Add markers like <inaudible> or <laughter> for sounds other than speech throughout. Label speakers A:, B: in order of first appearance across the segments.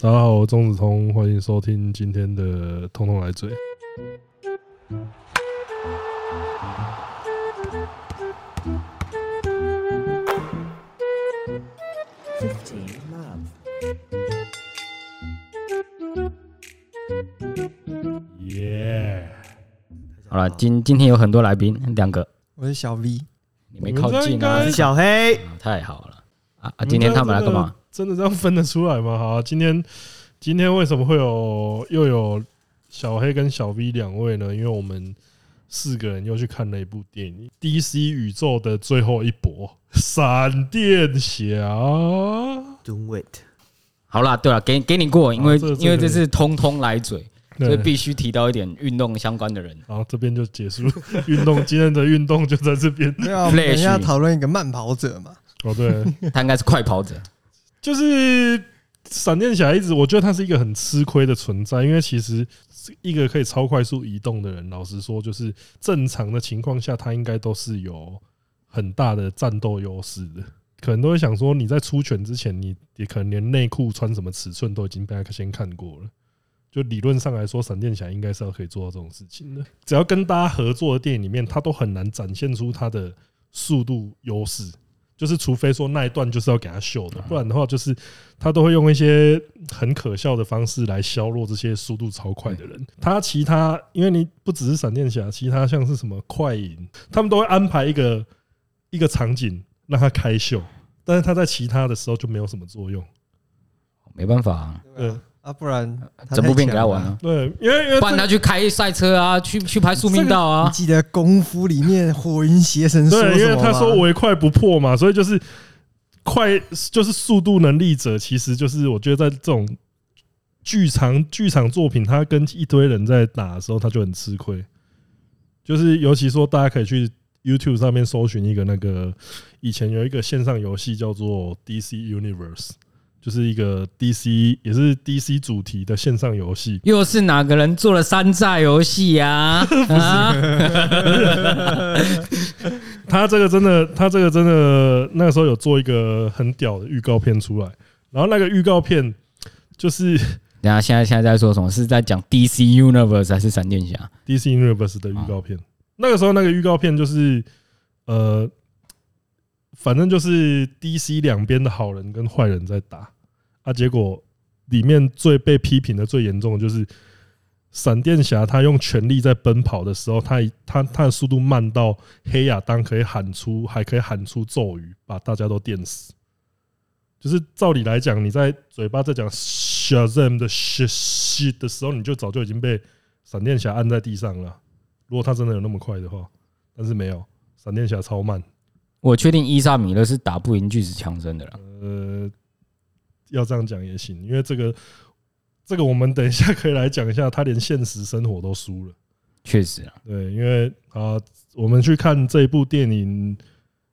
A: 大家好，我钟子通，欢迎收听今天的《通通来嘴》。
B: Fifteen love.
A: 耶！
C: 好了，今今天有很多来宾，两个，
D: 我是小 V，
C: 你没靠近啊
A: 我们这，
D: 小黑，
C: 太好了啊啊！今天他们来干嘛？
A: 嗯真的这样分得出来吗？好啊、今天今天为什么会有又有小黑跟小 V 两位呢？因为我们四个人又去看了一部电影《DC 宇宙的最后一搏》——闪电侠。
D: Do it，
C: 好啦，对了，给给你过，因为
D: 啊
A: 好这个
C: 因为
A: 这个
C: 这是通通来嘴，所以
A: 对，
C: 必须提到一点运动相关的人。
A: 然后这边就结束运动，今天的运动就在这边。
D: 没有，啊我们
C: Flash
D: 等一下讨论一个慢跑者嘛，
A: 哦，对，
C: 他应该是快跑者，
A: 就是闪电侠一直，我觉得他是一个很吃亏的存在，因为其实是一个可以超快速移动的人，老实说，就是正常的情况下，他应该都是有很大的战斗优势的。可能都会想说，你在出拳之前，你也可能连内裤穿什么尺寸都已经被他先看过了。就理论上来说，闪电侠应该是要可以做到这种事情的。只要跟大家合作的电影里面，他都很难展现出他的速度优势。就是除非说那一段就是要给他秀的，不然的话就是他都会用一些很可笑的方式来削弱这些速度超快的人。他其他因为你不只是闪电侠，其他像是什么快银，他们都会安排一个一个场景让他开秀，但是他在其他的时候就没有什么作用。
C: 没办法啊，
A: 对
D: 啊，不然他
C: 整部片给他
D: 太强
C: 玩
D: 了哎
C: 啊，
A: 对，因为因为
C: 不然他去开赛车啊，去去拍宿命道
D: 你
C: 啊。
D: 记得功夫里面火云邪神说什么
A: 对，因为
D: 吗
A: 他说唯快不破嘛，所以就是快，就是速度能力者，其实就是我觉得在这种剧场剧场作品，他跟一堆人在打的时候，他就很吃亏。就是尤其说，大家可以去 YouTube 上面搜寻一个那个以前有一个线上游戏叫做 DC Universe，就是一个 DC 也是 DC 主题的线上游戏。
C: 又是哪个人做了山寨游戏
D: <laughs>
C: 啊？啊，
A: <laughs> 他这个真的，他这个真的，那个时候有做一个很屌的预告片出来，然后那个预告片就是
C: 等一下现在现在在说什么？是在讲 DC Universe 还是闪电侠？
A: DC Universe 的预告片。那个时候那个预告片就是，呃，反正就是 DC 两边的好人跟坏人在打啊，结果里面最被批评的最严重的就是闪电侠，他用全力在奔跑的时候，他一他他的速度慢到黑亚当可以喊出，还可以喊出咒语，把大家都电死。就是照理来讲，你在嘴巴在讲 Shazam 的 shit shit 的时候，你就早就已经被闪电侠按在地上了。如果他真的有那么快的话，但是没有，闪电侠超慢。
C: 我确定伊莎米勒是打不赢巨石强森的啦。
A: 呃，要这样讲也行，因为这个这个我们等一下可以来讲一下，他连现实生活都输了。
C: 确实啊，
A: 对，因为啊、我们去看这一部电影，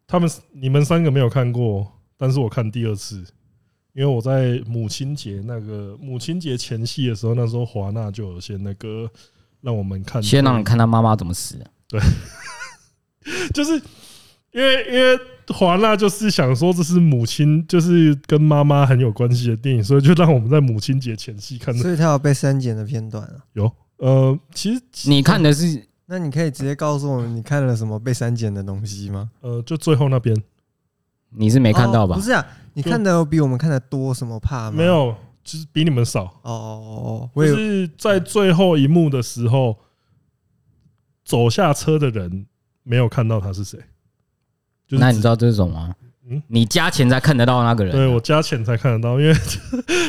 A: 他们你们三个没有看过，但是我看第二次，因为我在母亲节那个母亲节前夕的时候，那时候华纳就有些那个让我们看，
C: 先让你看他妈妈怎么死的。
A: 就是因为因为华纳就是想说这是母亲，就是跟妈妈很有关系的电影，所以就让我们在母亲节前夕看的。
D: 所以他有被删减的片段啊。
A: 有呃，其实
C: 你看的是
D: 那你可以直接告诉我们你看了什么被删减的东西吗？
A: 呃，就最后那边
C: 你是没看到
D: 哦
C: 吧
D: 不？是啊，你看的有比我们看的多什么
C: 啊
D: 怕吗？
A: 没
D: 哦。
A: 有，就是比你们少。
D: 哦哦哦，我
A: 就
D: 以为
A: 是在最后一幕的时候，走下车的人没有看到他是谁。就是
C: 那你
A: 只
C: 知道这是什么吗
A: 嗯？
C: 你加钱才看得到那个人。啊
A: 对我加钱才看得到，因为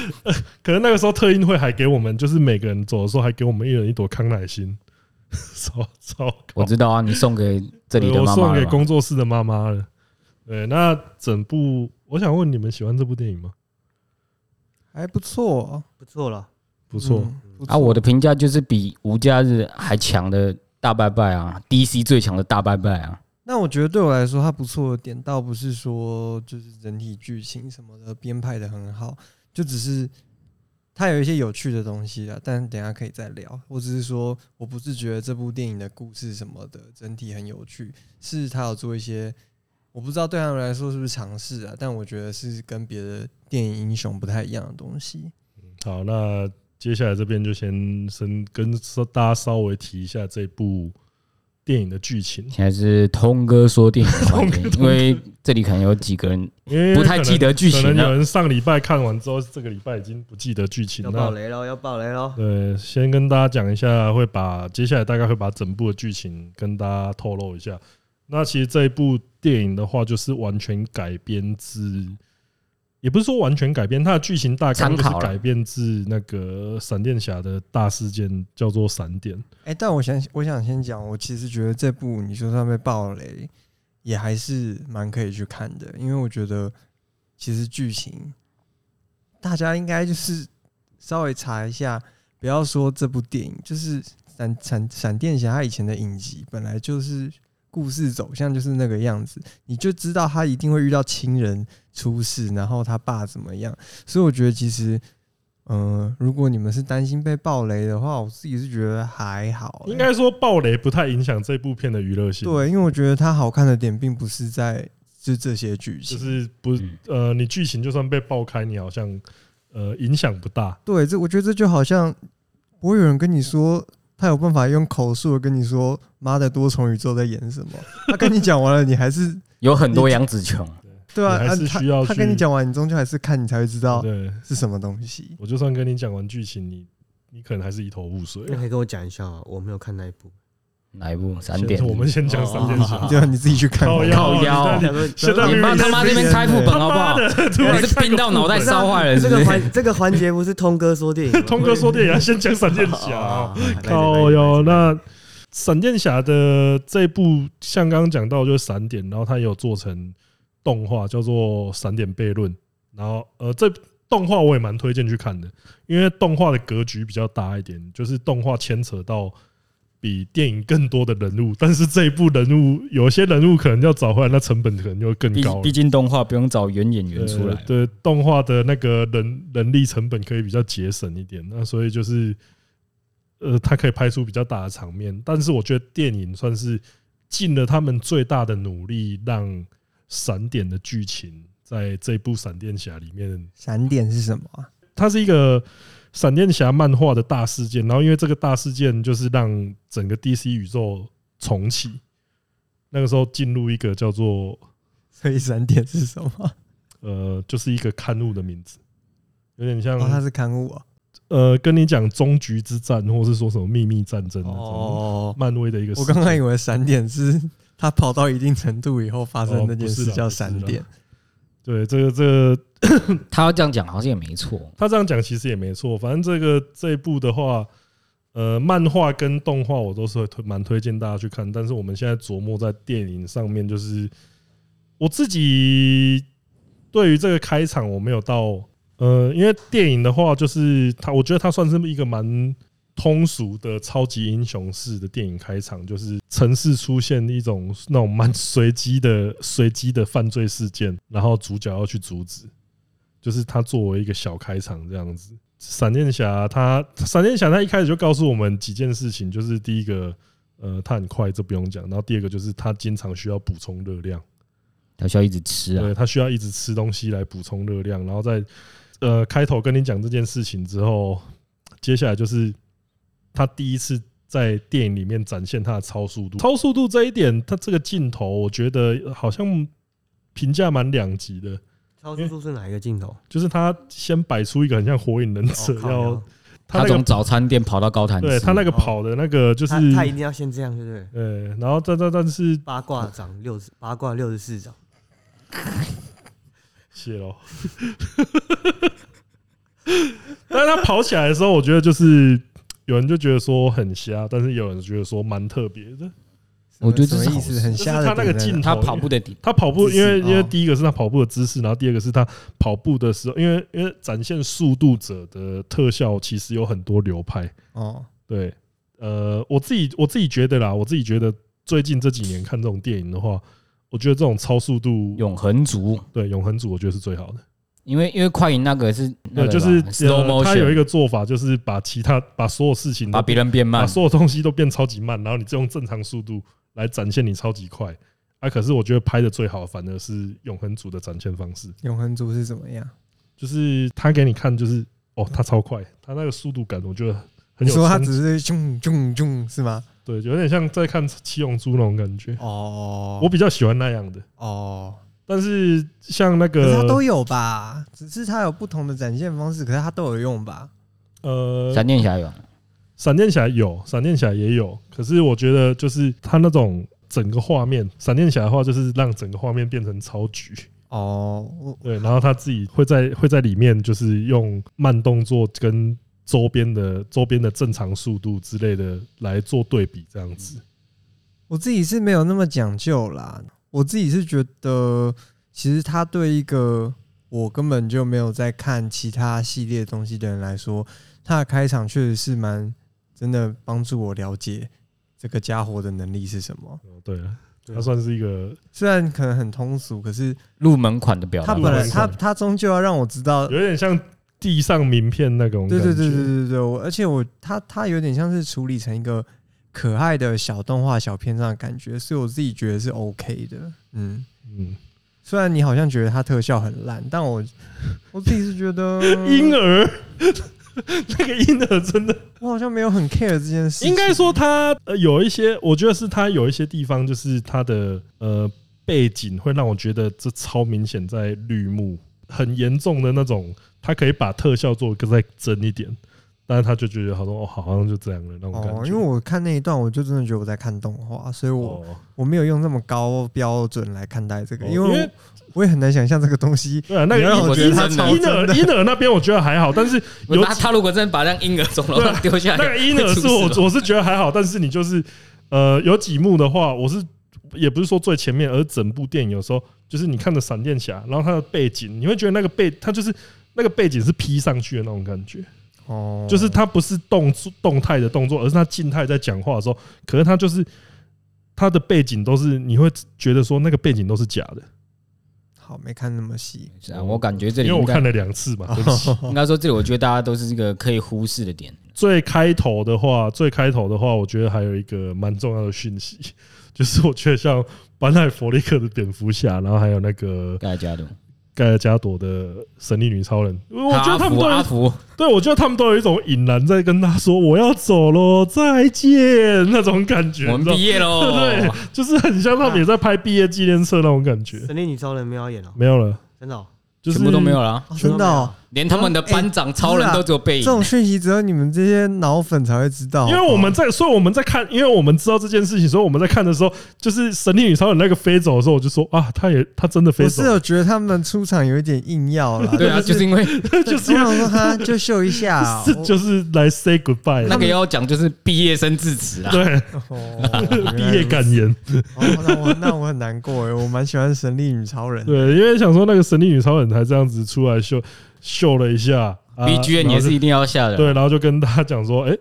A: <laughs> 可能那个时候特映会还给我们，就是每个人走的时候还给我们一人一朵康乃馨， <laughs> 超超
C: 我知道啊，你送给这里的
A: 对我
C: 妈妈
A: 送
C: 了
A: 给
C: 吧
A: 工作室的妈妈了。对，那整部我想问你们喜欢这部电影吗？
D: 还不错，哦
E: 不错了，
A: 不错，
D: 嗯不错
C: 啊！我的评价就是比无假日还强的大拜拜啊，DC 最强的大拜拜啊！
D: 那我觉得对我来说，它不错的点倒不是说就是整体剧情什么的编排的很好，就只是它有一些有趣的东西啊。但等一下可以再聊。我只是说，我不是觉得这部电影的故事什么的整体很有趣，是它有做一些我不知道对他们来说是不是尝试啊，但我觉得是跟别的电影英雄不太一样的东西。
A: 好，那接下来这边就先先跟大家稍微提一下这部电影的剧情，
C: 现在是通哥说电影的环节
A: 通哥，通
C: 因
A: 哥
C: 为这里可能有几个人
A: 因为
C: 不太
A: 可能
C: 记得剧情
A: 可能
C: 了
A: 有人上礼拜看完之后，这个礼拜已经不记得剧情
D: 要
A: 那
D: 爆雷喽，要爆雷
E: <laughs>
D: 喽！
A: 对，先跟大家讲一下，会把接下来大概会把整部的剧情跟大家透露一下。那其实这一部电影的话，就是完全改编自，也不是说完全改编，它的剧情大纲就
C: 参
A: 是
C: 考啦
A: 改编自那个闪电侠的大事件，叫做闪电。
D: 哎、但我想，我想先讲，我其实觉得这部你就算被爆雷，也还是蛮可以去看的，因为我觉得其实剧情大家应该就是稍微查一下，不要说这部电影，就是闪闪闪电侠他以前的影集本来就是故事走向就是那个样子，你就知道他一定会遇到亲人出事，然后他爸怎么样，所以我觉得其实。嗯，如果你们是担心被暴雷的话，我自己是觉得还好、欸
A: 应该说暴雷不太影响这部片的娱乐性。。
D: 对，因为我觉得它好看的点并不是在就这些剧情，
A: 就是不
C: 嗯
A: 呃，你剧情就算被爆开，你好像呃影响不大。
D: 对，这我觉得这就好像不会有人跟你说他有办法用口述的跟你说“妈的多重宇宙在演什么”，他跟你讲完了，你还是
C: 有很多杨紫琼，
D: 对啊，
A: 你还
D: 啊
A: 是
D: 他
A: 需要
D: 他跟
A: 去
D: 你讲完，你终究还是看，你才会知道
A: 对，
D: 是什么东西。
A: 我就算跟你讲完剧情，你你可能还是一头雾水。
E: <laughs> 那可以跟我讲一下啊，我没有看那一 <laughs> 部。
C: 哪一部？闪电
A: 先。我们先讲
E: 哦
A: 闪电侠
E: 好，
D: 对啊，你自己去看好
A: 靠
D: 了。
A: 腰啊
C: 靠腰
A: 你在 <laughs> 里现在
C: 你
A: 明明
C: 妈他妈
A: 在
C: 这边开副本好不好？
A: 突然
C: 你是冰到脑袋
A: 啊，
C: 烧坏了，是
E: 这
C: 不
E: 个
C: 是？
E: 环这个环节不是通哥说电影吗
A: 通哥说
E: <laughs>
A: 电影要先讲闪电
E: 哦
C: <laughs> 啊
A: 侠，，
E: 哦
A: <laughs> 靠哟！那闪电侠的这部，像刚刚讲到就是闪点，然后它也有做成动画，叫做《闪点悖论》。然后呃，这动画我也蛮推荐去看的，因为动画的格局比较大一点，就是动画牵扯到比电影更多的人物，但是这一部人物有些人物可能要找回来，那成本可能就更
C: 毕
A: 高了。
C: 毕竟动画不用找原演员出来，
A: 对，对动画的那个人人力成本可以比较节省一点，那所以就是，呃，它可以拍出比较大的场面。但是我觉得电影算是尽了他们最大的努力，让闪点的剧情在这部《闪电侠》里面，
D: 闪点是什么啊？
A: 它是一个闪电侠漫画的大事件。然后因为这个大事件，就是让整个 DC 宇宙重启。那个时候进入一个叫做
D: 所以闪点是什么？
A: 呃，就是一个刊物的名字，有点像
D: 哦，它是刊物啊。
A: 呃，跟你讲终局之战，或是说什么秘密战争那啊种，
D: 哦，
A: 漫威的一个事
D: 我
A: 件。
D: 刚刚以为闪点是他跑到一定程度以后发
A: 哦
D: 生那件
A: 不是
D: 事
A: 啦
D: 叫
A: 不是
D: 闪
A: 啦
D: 点。
A: 对这个这个，
C: 他要这样讲好像也没错。
A: 他这样讲其实也没错。反正这个这一部的话，呃，漫画跟动画我都是会推蛮推荐大家去看，但是我们现在琢磨在电影上面，就是我自己对于这个开场我没有到，呃，因为电影的话，就是它，我觉得它算是一个蛮通俗的超级英雄式的电影开场，就是城市出现一种那种蛮随机的、随机的犯罪事件，然后主角要去阻止，就是它作为一个小开场这样子。闪电侠他，闪电侠他一开始就告诉我们几件事情，就是第一个，呃，他很快，这不用讲。然后第二个就是他经常需要补充热量。
C: 他需要一直吃啊
A: 对，他需要一直吃东西来补充热量，然后在呃开头跟你讲这件事情之后，接下来就是他第一次在电影里面展现他的超速度。超速度这一点，他这个镜头我觉得好像评价蛮两极的，
E: 超速度是哪一个镜头？
A: 就是他先摆出一个很像火影忍者
E: 哦靠
A: 要
E: 腰
A: 他那
C: 从
A: 个
C: 早餐店跑到高谈
A: 对
C: 吃，
A: 他那个
E: 哦
A: 跑的那个就是
E: 他他一定要先这样，对不对？
A: 呃，然后但但但是
E: 八卦掌六十，八卦六十四掌，
A: 谢喽。 <laughs> 但是他跑起来的时候，我觉得就是有人就觉得说很瞎，但是有人觉得说蛮特别的，
C: 我觉得这
D: 什么
C: 是
D: 意
C: 好
D: 思？
C: 事
D: 很
A: 就是
D: 瞎的
A: 他
D: 点
A: 那
D: 在哪。
A: 个镜头，
C: 他跑步的底
A: 他跑步，因为
D: 姿势
A: 因为
D: 哦
A: 第一个是他跑步的姿势，然后第二个是他跑步的时候，因为因为展现速度者的特效其实有很多流派，
D: 哦，
A: 对，呃，我自己我自己觉得啦，我自己觉得最近这几年看这种电影的话，我觉得这种超速度，
C: 永恒族，
A: 对永恒组，我觉得是最好的。
C: 因为因为快银那个是那
A: 对，
C: 个
A: 就是
C: 吧 slow
A: 呃他有一
C: motion，
A: 个做法，就是把其他把所有事情都
C: 把别人变
A: 把
C: 慢，
A: 所有东西都变超级慢，然后你就用正常速度来展现你超级快。啊，可是我觉得拍的最好，反而是永恒族的展现方式，
D: 永恒族是怎么样？
A: 就是他给你看，就是哦，他超快，他那个速度感我觉得很
D: 你
A: 有
D: 说他
A: 冲
D: 只
A: 击，
D: 是咻咻咻是吗？
A: 对，有点像在看七龙珠那种感觉。
D: 哦，
A: 我比较喜欢那样的，
D: 哦，
A: 但是像那
D: 可是
A: 个
D: 它都有吧，只是它有不同的展现方式，可是它都有用吧？
A: 呃，
C: 闪电侠有，
A: 闪电侠有，闪电侠也有，可是我觉得就是他那种整个画面，闪电侠的话就是让整个画面变成超局，
D: 哦，我
A: 对，然后他自己会在会在里面就是用慢动作跟周边的周边的正常速度之类的来做对比，这样子。
D: 我自己是没有那么讲究啦，我自己是觉得，其实他对一个我根本就没有在看其他系列东西的人来说，他的开场确实是蛮真的帮助我了解这个家伙的能力是什么。
A: 哦对了，
E: 对
A: 他算是一个
D: 虽然可能很通俗，可是
C: 入门款的表达
D: 他本
A: 不
D: 来
A: 能
D: 他
A: 算
D: 他终究要让我知道
A: 有点像地上名片那种感
D: 对
A: 觉。
D: 对对对对对，我而且我它它有点像是处理成一个可爱的小动画小片上的感觉，所以我自己觉得是 OK 的。嗯，
A: 嗯，
D: 虽然你好像觉得它特效很烂，但我 <laughs> 我自己是觉得
A: 婴儿。 <laughs> 那个婴儿真的，
D: 我好像没有很 care 这件事情。
A: 应该说他呃有一些，我觉得是他有一些地方，就是他的呃背景会让我觉得这超明显在绿幕，很严重的那种，他可以把特效做得再真一点，但是他就觉得好像哦，好像就这样了那种感
D: 哦，
A: 觉。
D: 因为我看那一段，我就真的觉得我在看动画，所以我、
A: 哦
D: 我没有用这么高标准来看待这个，
A: 哦
D: 因为
A: 因
D: 我
A: 为
D: 我也很难想象这个东西。
A: 对啊，那个
D: 你让
A: 婴
D: 我
C: 觉得他超
A: 婴儿婴儿那边我觉得还好，但是有
C: 他他如果真的把那婴儿从楼
A: <laughs>
C: 上丢下来，
A: 那个婴儿是
C: 会
A: 我
C: 出事吧
A: 我是觉得还好，但是你就是呃有几幕的话，我是也不是说最前面，而是整部电影有时候就是你看着闪电侠，然后它的背景，你会觉得那个背它就是那个背景是 P 上去的那种感觉，
D: 哦，
A: 就是它不是动作动态的动作，而是它静态在讲话的时候，可是它就是它的背景都是你会觉得说那个背景都是假的，
D: 好没看那么细。
C: 是啊我感觉这里
A: 因为
C: 应
A: 我
C: 该哦
A: 看了两次嘛，对不起。
C: 应该说这里我觉得大家都是一个可以忽视的点。
A: 最开头的话，最开头的话，我觉得还有一个蛮重要的讯息， <laughs> 就是我觉得像班奈弗利克的蝙蝠侠，然后还有那个
C: 盖加的，
A: 盖尔加朵的神力女超人，我觉得他们都
C: 阿
A: 有，
C: 福，
A: 对我觉得他们都有一种隐然在跟他说我要走喽，再见那种感觉，
C: 我
A: <laughs> 你
C: 们
A: 知道
C: 毕业喽，
A: 对，就是很像他们也在拍毕业纪念册那种感觉，
E: 神力女超人没有要演哦，
A: 没有了，
E: 真的哦，
A: 就是哎啊
C: 全部都没有了啊，
D: 哦真的、哦，
C: 连他们的班长超人都只有背
D: 这
C: 影
D: 种。讯息只有你们这些脑粉才会知道。哦
A: 因为我们在，所以我们在看，因为我们知道这件事情，所以我们在看的时候，就是神力女超人那个飞走的时候，我就说啊，他也他真的飞
D: 我
A: 走
D: 是
A: 了，
D: 有觉得他们出场有一点硬
A: <laughs>
D: 要啦，
C: 对啊，就是因为
D: <laughs>
A: 就是
D: 我想说哈，就秀一下哦、
A: <laughs> 是 <laughs> 就是来 say goodbye
C: 那
A: 的，
C: 个要讲就是毕业生致辞啊， <laughs>
A: 对，
D: 哦
A: <laughs> 毕业。感言，
D: 原来如此哦那我那我很难过哎，我蛮喜欢神力女超人。
A: 对，因为想说那个神力女超人还这样子出来秀秀了一下啊
C: BGM 也是一定要下的。
A: 对，然后就跟大家讲说，哎，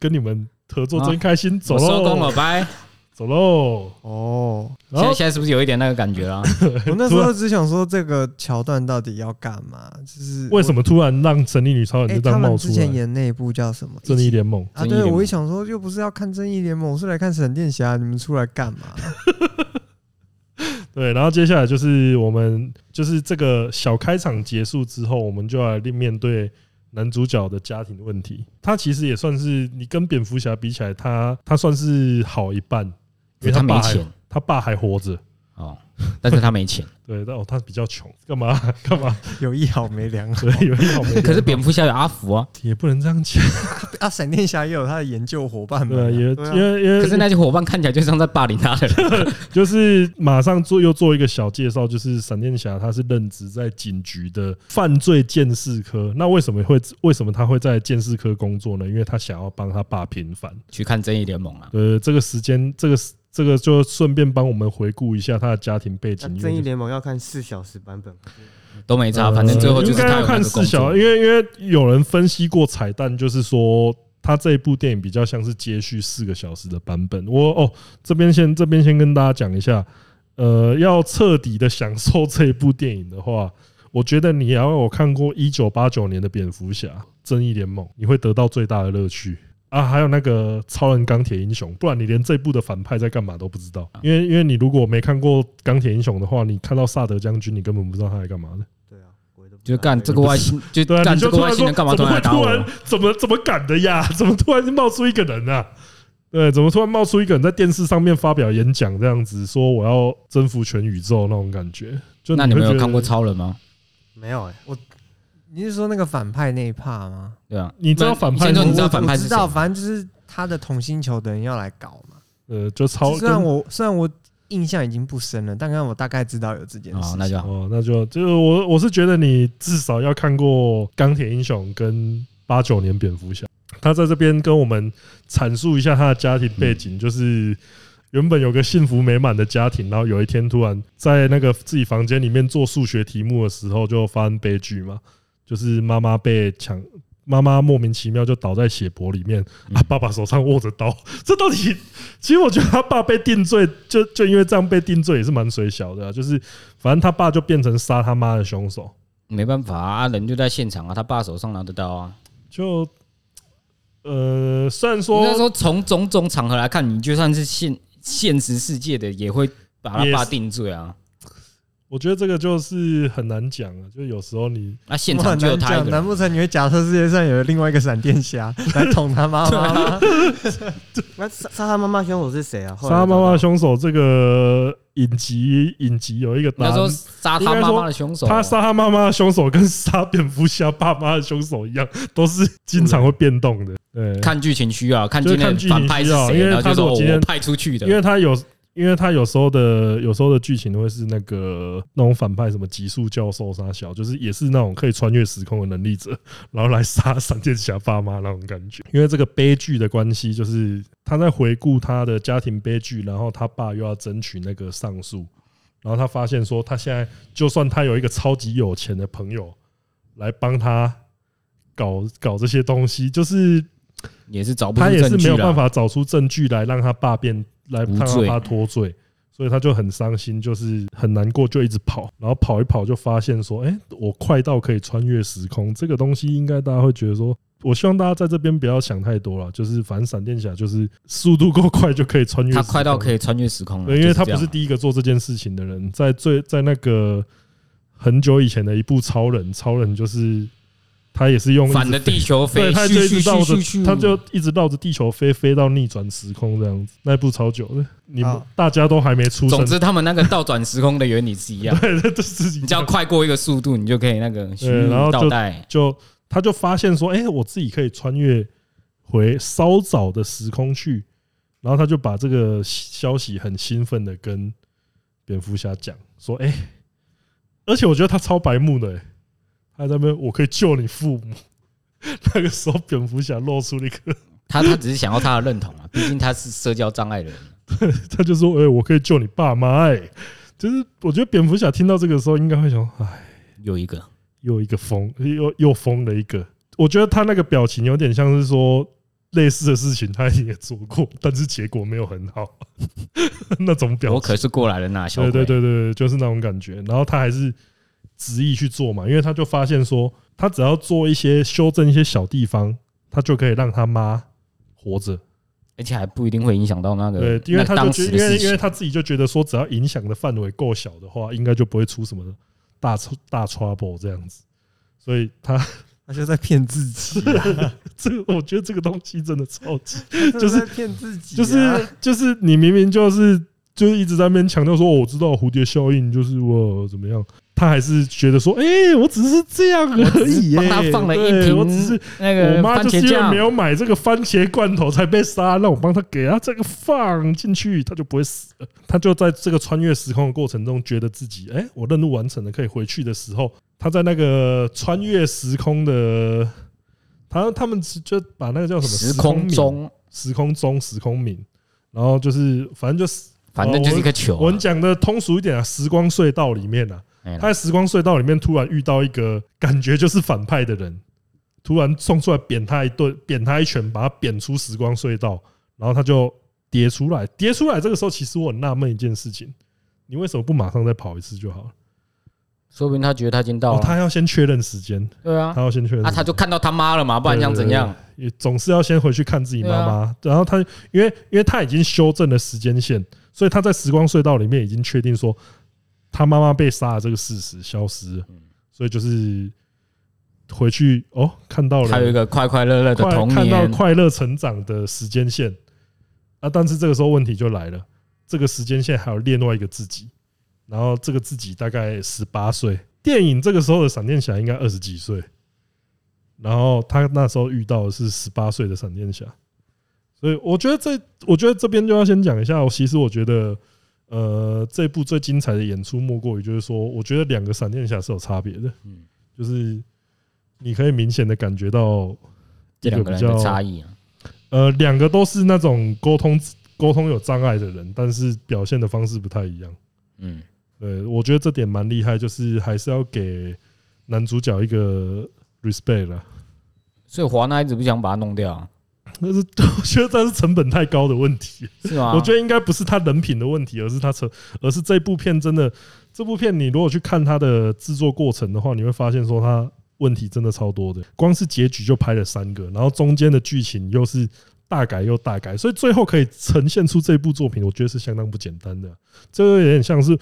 A: 跟你们合作真开心，走
C: 我收工了，
A: 喽，
C: 拜。
A: 走喽，
D: 哦，
A: 然
C: 现
A: 后
C: 在现在是不是有一点那个感觉啊啦？
D: 我那时
A: 啊
D: 候只想说这个桥段到底要干嘛，就是
A: 为什
D: 么？
A: 么突然让神力女超人
D: 哎，
A: 就这
D: 他
A: 样
D: 们
A: 冒出
D: 之前
A: 来？
D: 演那一部叫什么？
A: 正义联盟，
D: 啊，
C: 正义
D: 对，
C: 联盟
D: 我一想说又不是要看正义联盟，我是来看闪电侠，你们出来干嘛？ <laughs>
A: 对，然后接下来就是我们就是这个小开场结束之后，我们就要来面对男主角的家庭问题。他其实也算是你跟蝙蝠侠比起来，他他算是好一半， <laughs> 因为
C: 他
A: 爸
C: 没
A: 还
C: 钱
A: 他爸还活着。
C: 哦，但是他没钱。
A: 对，但哦，他比较穷，干嘛 <laughs> 干嘛？
D: 有一好没两好
A: 对，有一好没两好
C: 可是蝙蝠侠有阿福啊，
A: 也不能这样讲，
D: 啊！闪电侠也有他的研究伙伴们
A: 对啊，
D: 啊，
A: 也
D: 对啊
A: 因为因为
C: 可是那些伙伴看起来就像在霸凌他的人。 <laughs>
A: 就是马上做又做一个小介绍，就是闪电侠他是任职在警局的犯罪鉴识科。那为什么会为什么他会在鉴识科工作呢？因为他想要帮他爸平反。
C: 去看正义联盟啊，
A: 呃，这个时间，这个这个就顺便帮我们回顾一下他的家庭背景。
E: 那
A: 因
E: 正
A: 为
E: 义
A: 就是
E: 联盟要看四小时版本，
C: 都没差，反正最后
A: 呃
C: 就
A: 应
C: 是
A: 该
C: 他
A: 要
C: 有那
A: 看
C: 个
A: 四
C: 工
A: 小，
C: 作
A: 因。为因为有人分析过彩蛋，就是说他这一部电影比较像是接续四个小时的版本。我哦，这边先这边先跟大家讲一下，呃，要彻底的享受这一部电影的话，我觉得你要有看过一九八九年的蝙蝠侠、正义联盟，你会得到最大的乐趣。啊，还有那个超人钢铁英雄，不然你连这部的反派在干嘛都不知道。因为因为你如果没看过钢铁英雄的话，你看到萨德将军，你根本不知道他在干嘛的。
E: 对啊，我也都
C: 就是干这个外星，就
A: 对啊，
C: 干
A: 你
C: 这
A: 就
C: 个
A: 突
C: 外
A: 然
C: 星
A: 说
C: 人
A: 怎
C: 干嘛
A: 么
C: 突然
A: 会
C: 来打
A: 突
C: 我？
A: 然怎么怎么敢的呀？ <laughs> 怎么突然就冒出一个人啊？对，怎么突然冒出一个人在电视上面发表演讲这样子，说我要征服全宇宙那种感觉？就
C: 那你
A: 会
C: 们
A: 觉
C: 有
A: 得
C: 看过？超人吗？
E: 没有哎、
D: 你是说那个反派那一趴吗？
C: 对啊，
A: 你知道反派
C: 那你
A: 是谁
C: 先说你知道
D: 我
C: 反派
D: 我
C: 是
D: 知
C: 谁
D: 道，
C: 吗？
D: 反正就是他的同星球的人要来搞嘛。
A: 呃，就超
D: 虽然
A: 跟
D: 我虽然我印象已经不深了，但刚我大概知道有这件事
C: 哦
D: 情。，
C: 那就好。
A: 哦，那就就是我我是觉得你至少要看过《钢铁英雄》跟八九年蝙蝠侠，他在这边跟我们阐述一下他的家庭背景，就是原本有个幸福美满的家庭，然后有一天突然在那个自己房间里面做数学题目的时候，就发生悲剧嘛，就是妈妈被抢。妈妈莫名其妙就倒在血泊里面，啊，爸爸手上握着刀， <laughs> 这到底？其实我觉得他爸被定罪，就就因为这样被定罪也是蛮水小的、啊，就是反正他爸就变成杀他妈的凶手，
C: 没办法啊，人就在现场啊，他爸手上拿得到啊。
A: 就呃，虽然
C: 应该
A: 说
C: 说，从种种场合来看，你就算是现现实世界的，也会把他
A: 也
C: 爸
A: 是
C: 定罪啊。
A: 我觉得这个就是很难讲了，就有时候你
C: 那现
D: 我
C: 场
D: 很
C: 就有
D: 难
C: 他一
D: 讲，
C: 个
D: 难
C: 人，
D: 不成你会假设世界上有另外一个闪电侠来捅
C: <laughs>
D: 他妈
C: 啊
D: 妈
A: <laughs>
D: 吗？
E: 那杀杀他妈妈凶手是谁啊？后
A: 杀
E: 来
A: 他妈妈
E: 找
A: 的
E: 到
A: 凶手这个影集影集有一个
C: 应
A: 答
C: 该
A: 案
C: 说，杀他妈妈的凶手，啊
A: 他杀他妈妈的凶手跟杀蝙蝠侠爸妈的凶手一样，都是经常会变动的。对，
C: 看剧情需要，啊看
A: 就是看
C: 今天的
A: 剧情
C: 反派是
A: 需要
C: 谁，
A: 因为
C: 然后
A: 他
C: 就
A: 如
C: 说
A: 果
C: 哦
A: 今天
C: 我派出去的，
A: 因为他有。因为他有时候的有时候的剧情会是那个那种反派什么极速教授杀小，就是也是那种可以穿越时空的能力者，然后来杀闪电侠爸妈那种感觉。因为这个悲剧的关系，就是他在回顾他的家庭悲剧，然后他爸又要争取那个上诉，然后他发现说，他现在就算他有一个超级有钱的朋友来帮他搞搞这些东西，就是
C: 也是找不出
A: 他也是
C: 证
A: 没
C: 据
A: 有办
C: 了。
A: 法找出证据来让他爸变来
C: 无
A: 让他
C: 罪
A: 爸脱罪，所以他就很伤心，就是很难过，就一直跑，然后跑一跑就发现说，哎，我快到可以穿越时空，这个东西应该大家会觉得说。我希望大家在这边不要想太多了，就是反正闪电侠就是速度够快就可以穿越时
C: 他
A: 空，
C: 快到可以穿越时空了，
A: 对，因为
C: 就
A: 他
C: 这
A: 不
C: 样
A: 是第一个做这件事情的人，在最在那个很久以前的一部超人，超人就是他也是用一
C: 反
A: 直
C: 的地球飞，
A: 对，他
C: 咻
A: 就一
C: 咻
A: 直绕
C: 咻
A: 着
C: 咻，咻，
A: 他就一直绕着地球飞，飞到逆转时空这样子，那一部超久的，你们
D: 好
A: 大家都还没出生
C: 啊总，之他们那个倒转时空的原理
A: <laughs>
C: 是一样，
A: 对，这这是一
C: 你只要
A: 样
C: 快过一个速度，你就可以那个
A: 对然后就
C: 咻倒带。
A: 就他就发现说，哎，我自己可以穿越回稍早的时空去，然后他就把这个消息很兴奋的跟蝙蝠侠讲说，哎，而且我觉得他超白目的、欸，他在那边我可以救你父母。 <laughs> 那个时候，蝙蝠侠露出了一个
C: 他他只是想要他的认同啊，毕竟他是社交障碍的人。
A: 他就说：“哎、我可以救你爸妈。”哎，就是我觉得蝙蝠侠听到这个时候，应该会想：“哎，
C: 有一个
A: 又一个疯，又又疯了一个。”我觉得他那个表情有点像是说类似的事情他也做过，但是结果没有很好 <laughs> 那种表
C: 我
A: 情。
C: 可是过来人呐，小
A: 对
C: 鬼。
A: 对对对，对就是那种感觉。然后他还是执意去做嘛，因为他就发现说，他只要做一些修正一些小地方，他就可以让他妈活着。
C: 而且还不一定会影响到那个
A: 对，因为他
C: 那
A: 就
C: 当
A: 觉
C: 时
A: 得，
C: 的
A: 因为
C: 事
A: 因为
C: 情。
A: 他自己就觉得说，只要影响的范围够小的话，应该就不会出什么大出大 trouble 这样子。所以他
D: 他就在骗自己啊，
A: 这个，我觉得这个东西真的超级，
D: 他
A: <laughs> 就是
D: 在骗自己啊， <laughs>
A: 就是就是你明明就是就是一直在那边强调说，哦我知道蝴蝶效应，就是我怎么样，他还是觉得说，哎，我只是这样而已、
C: 帮
A: 欸，
C: 他放了一
A: 对
C: 瓶，
A: 我只是。
C: 那
A: 我
C: 个
A: 妈
C: 番
A: 就是
C: 茄
A: 因为
C: 酱
A: 没，有买这个番茄罐头才被杀，让我帮她给她这个放进去，她就不会死了。她就在这个穿越时空的过程中，觉得自己哎、我任务完成了，可以回去的时候，她在那个穿越时空的，他他们就把那个叫什么
C: 时空
A: 冥、
C: 中，
A: 时空钟、时空敏，然后就是反正就是
C: 反正就是一个球
A: 我
C: 啊
A: 们。讲的通俗一点啊，时光隧道里面啊，
C: 哎
A: 他在时光隧道里面突然遇到一个感觉就是反派的人，突然冲出来扁他一顿，扁他一拳，把他扁出时光隧道，然后他就跌出来，跌出来。这个时候，其实我很纳闷一件事情：你为什么不马上再跑一次就好了？
C: 说不定他觉得他已经到
A: 哦，
C: 了，
A: 他要先确认时间，
C: 对啊
A: 他，要先确认
C: 啊
A: 时间，
C: 他就看到他妈了嘛，不然想怎样？
A: 也总是要先回去看自己妈妈。
C: 啊
A: 然后他，因为因为他已经修正了时间线，所以他在时光隧道里
C: 嗯
A: 面已经确定说他妈妈被杀的这个事实消失了，所以就是回去哦，看到
C: 还有
A: 了
C: 一个快快乐乐的
A: 快
C: 童
A: 看到
C: 年，
A: 快乐成长的时间线啊，但是这个时候问题就来了，这个时间线还有另外一个自己，然后这个自己大概十八岁，电影这个时候的闪电侠应该二十几岁，然后他那时候遇到的是十八岁的闪电侠，所以我觉得这，我觉得这边就要先讲一下，其实我觉得。呃，这部最精彩的演出莫过于就是说，我觉得两个闪电侠是有差别的，
C: 嗯
A: 就是你可以明显的感觉到
C: 这两个人的
A: 比较
C: 差异啊，
A: 呃，两个都是那种沟通沟通有障碍的人，但是表现的方式不太一样。
C: 嗯，
A: 对，我觉得这点蛮厉害，就是还是要给男主角一个 respect 啦。
C: 所以华纳一直不想把它弄掉啊，
A: 但是 <laughs> 我觉得这是成本太高的问题，
C: 是吗？
A: 我觉得应该不是他人品的问题，而是他成，而是这部片真的，这部片你如果去看它的制作过程的话，你会发现说它问题真的超多的，光是结局就拍了三个，然后中间的剧情又是大改又大改，所以最后可以呈现出这部作品，我觉得是相当不简单的。这有点像是，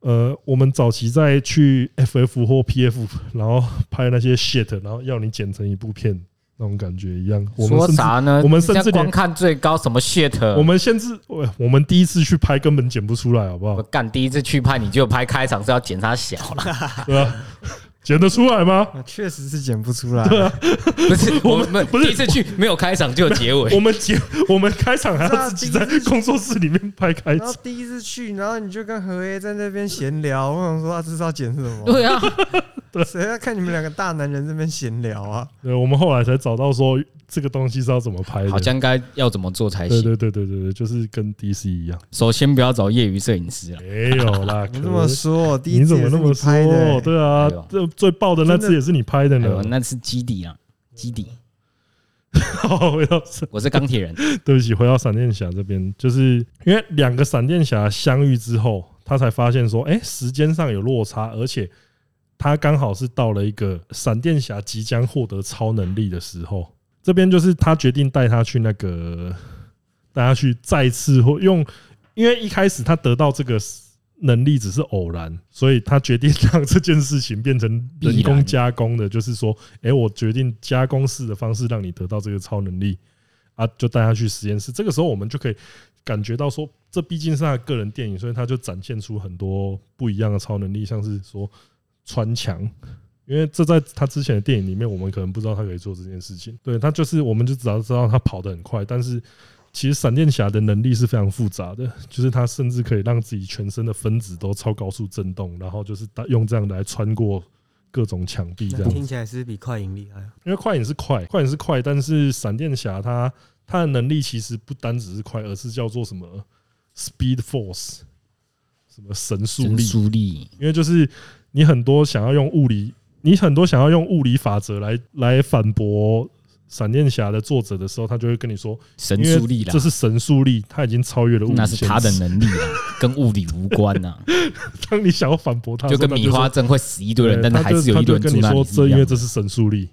A: 呃，我们早期在去 FF 或 PF，然后拍那些 shit，然后要你剪成一部片那种感觉一样。我们
C: 说
A: 甚至
C: 啥呢？
A: 我们甚至
C: 人家光
A: 连
C: 看最高什么 shit，
A: 我们甚至我我们第一次去拍根本剪不出来，好不
C: 我
A: 好？
C: 干第一次去拍，你就拍开场是要剪他小了，
A: 对吧？ <laughs> 剪得出来吗？
D: 啊确实是剪不出
A: 啊
D: 来，
C: <laughs> 不是
A: <laughs> 我
C: 我
A: 们
C: 们
A: 不是
C: 第一次去没有开场就有
A: <laughs>
C: 结
A: 我
C: 尾，
A: 们剪我们开场还要自己在工作室里面拍开
D: 然后 <laughs>
A: 场，
D: 第一次去，然后你就跟何 A 在那边闲聊，我想说啊他这是要剪什么？
C: 对啊，
D: <laughs> 谁要看你们两个大男人这边闲聊啊？
A: 对，我们后来才找到说这个东西是要怎么拍的。
C: 好像该要怎么做才
A: 对对
C: 行。
A: 对对对对，就是跟 DC 一样，
C: 首先不要找业余摄影师啊，
A: 没有啦，
D: <laughs> 你
A: 可
D: 这么说，第一
A: 哎你
D: 次
A: 怎
D: 也
A: 么
D: 是
A: 那么
D: 你拍的欸
A: 说？对啊
C: 哎呦，
A: 这最爆的那
D: 真
A: 次
D: 的
A: 也是你拍的
C: 哎
A: 呢
C: 呦，。那是基底啊，基底，
A: <laughs> 好，回到
C: 我是钢铁人，
A: 对不起，回到闪电侠这边，就是因为两个闪电侠相遇之后，他才发现说，哎、时间上有落差，而且他刚好是到了一个闪电侠即将获得超能力的时候。这边就是他决定带他去那个，带他去再次或用，因为一开始他得到这个能力只是偶然，所以他决定让这件事情变成人
C: 必
A: 工
C: 然
A: 加工的，就是说，哎，我决定加工式的方式让你得到这个超能力，啊，就带他去实验室。这个时候我们就可以感觉到说，这毕竟是他的个人电影，所以他就展现出很多不一样的超能力，像是说穿墙，因为这在他之前的电影里面，我们可能不知道他可以做这件事情。对他就是，我们就只要知道他跑得很快，但是其实闪电侠的能力是非常复杂的，就是他甚至可以让自己全身的分子都超高速震动，然后就是打用这样来穿过各种墙壁这
E: 那
A: 样
E: 听起来是比快银厉害啊。
A: 因为快影是快，快影是快，但是闪电侠他他的能力其实不单只是快，而是叫做什么 Speed Force，什么神速
C: 真
A: 力，
C: 苏力，
A: 因为就是你很多想要用物理，你很多想要用物理法则来来反驳闪电侠的作者的时候，他就会跟你说，
C: 神
A: 因
C: 速
A: 为
C: 力啦
A: 这，是神速力，他已经超越了物理，
C: 那是他的。能力
A: <laughs>
C: 啊，跟物理无关呐，
A: 当你想要反 <laughs> 驳他的
C: 就
A: 时候，
C: 跟米
A: 他
C: 花针会死一
A: 就
C: 堆
A: 说
C: 人，但是
A: 对
C: 还是有
A: 他
C: 一
A: 就
C: 堆
A: 他
C: 人
A: 就跟
C: 住
A: 你
C: 那里
A: 说，
C: 是
A: 这
C: 一
A: 因为
C: 样
A: 这
C: 的。
A: 是神速力。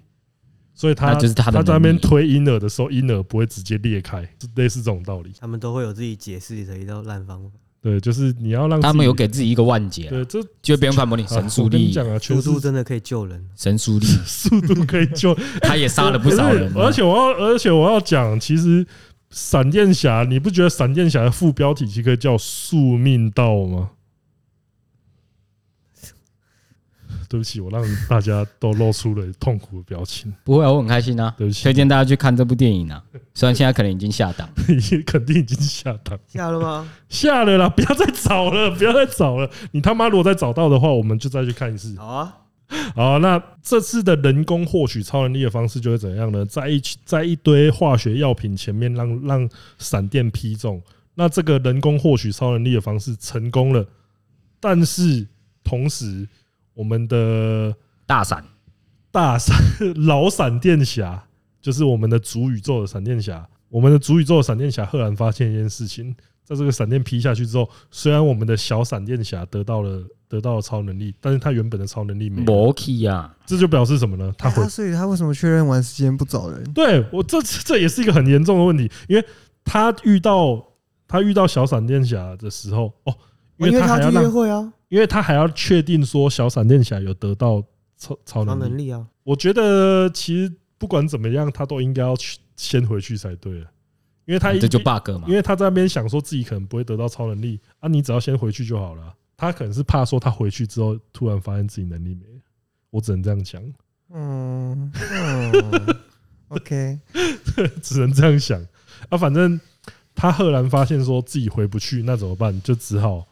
A: 所以他
C: 那就是他
A: 他
C: 的
A: 在那边
C: 能力
A: 推婴儿的时候，婴儿不会直接裂开，是类似这种道理。
E: 他们都会有自己解释的一道烂方法，
A: 对，就是你要让
C: 他
A: 自
C: 们
A: 己
C: 有给自己一个万劫啊，
A: 对这
C: 就别人反驳你神
A: 啊
C: 速
A: 我跟你
C: 力，
A: 讲啊，全
E: 速
A: 是
E: 度真的可以救人。
C: 神速力，
A: <laughs> 速度可以救
C: 他也杀了不少人啊
A: 可。是而且我要，而且我要讲，其实闪电侠，你不觉得闪电侠的副标题其实可以叫“宿命道”吗？ <laughs> 对不起，我让大家都露出了痛苦的表情。 <laughs>
C: 不会啊，我很开心啊
A: 对不起，
C: 推荐大家去看这部电影啊。虽然现在可能已经下档，
A: 你肯定已经下档
E: 下了 <laughs> 吗？
A: 下了啦，不要再找了，不要再找了。你他妈如果再找到的话，我们就再去看一次。
E: 好啊，
A: 好，那这次的人工获取超能力的方式就会怎样呢？在一起在一堆化学药品前面让让闪电劈中，那这个人工获取超能力的方式成功了，但是同时我们的
C: 大闪
A: 大闪 <laughs> 老闪电侠，就是我们的主宇宙的闪电侠，我们的主宇宙的闪电侠赫然发现一件事情，在这个闪电劈下去之后，虽然我们的小闪电侠得到了得到了超能力，但是他原本的超能力没有。
C: 摩 key 啊，
A: 这就表示什么呢？他
D: 哎
A: 回
D: 他所以他为什么确认完时间不找人？
A: 对我这这也是一个很严重的问题，因为他遇到他遇到小闪电侠的时候，哦，因为他还要让，
E: 会啊。
A: 因为他还要确定说小闪电侠有得到超超
E: 超
A: 能
E: 能
A: 力。
E: 力啊，
A: 我觉得其实不管怎么样，他都应该要去先回去才对了，因为他一
C: 这就 bug 嘛
A: 因。为他在那边想说自己可能不会得到超能力啊，你只要先回去就好了啊。他可能是怕说他回去之后突然发现自己能力没了，我只能这样想，
D: 嗯
A: <laughs>
D: 嗯，OK，
A: 只能这样想啊。反正他赫然发现说自己回不去，那怎么办？就只好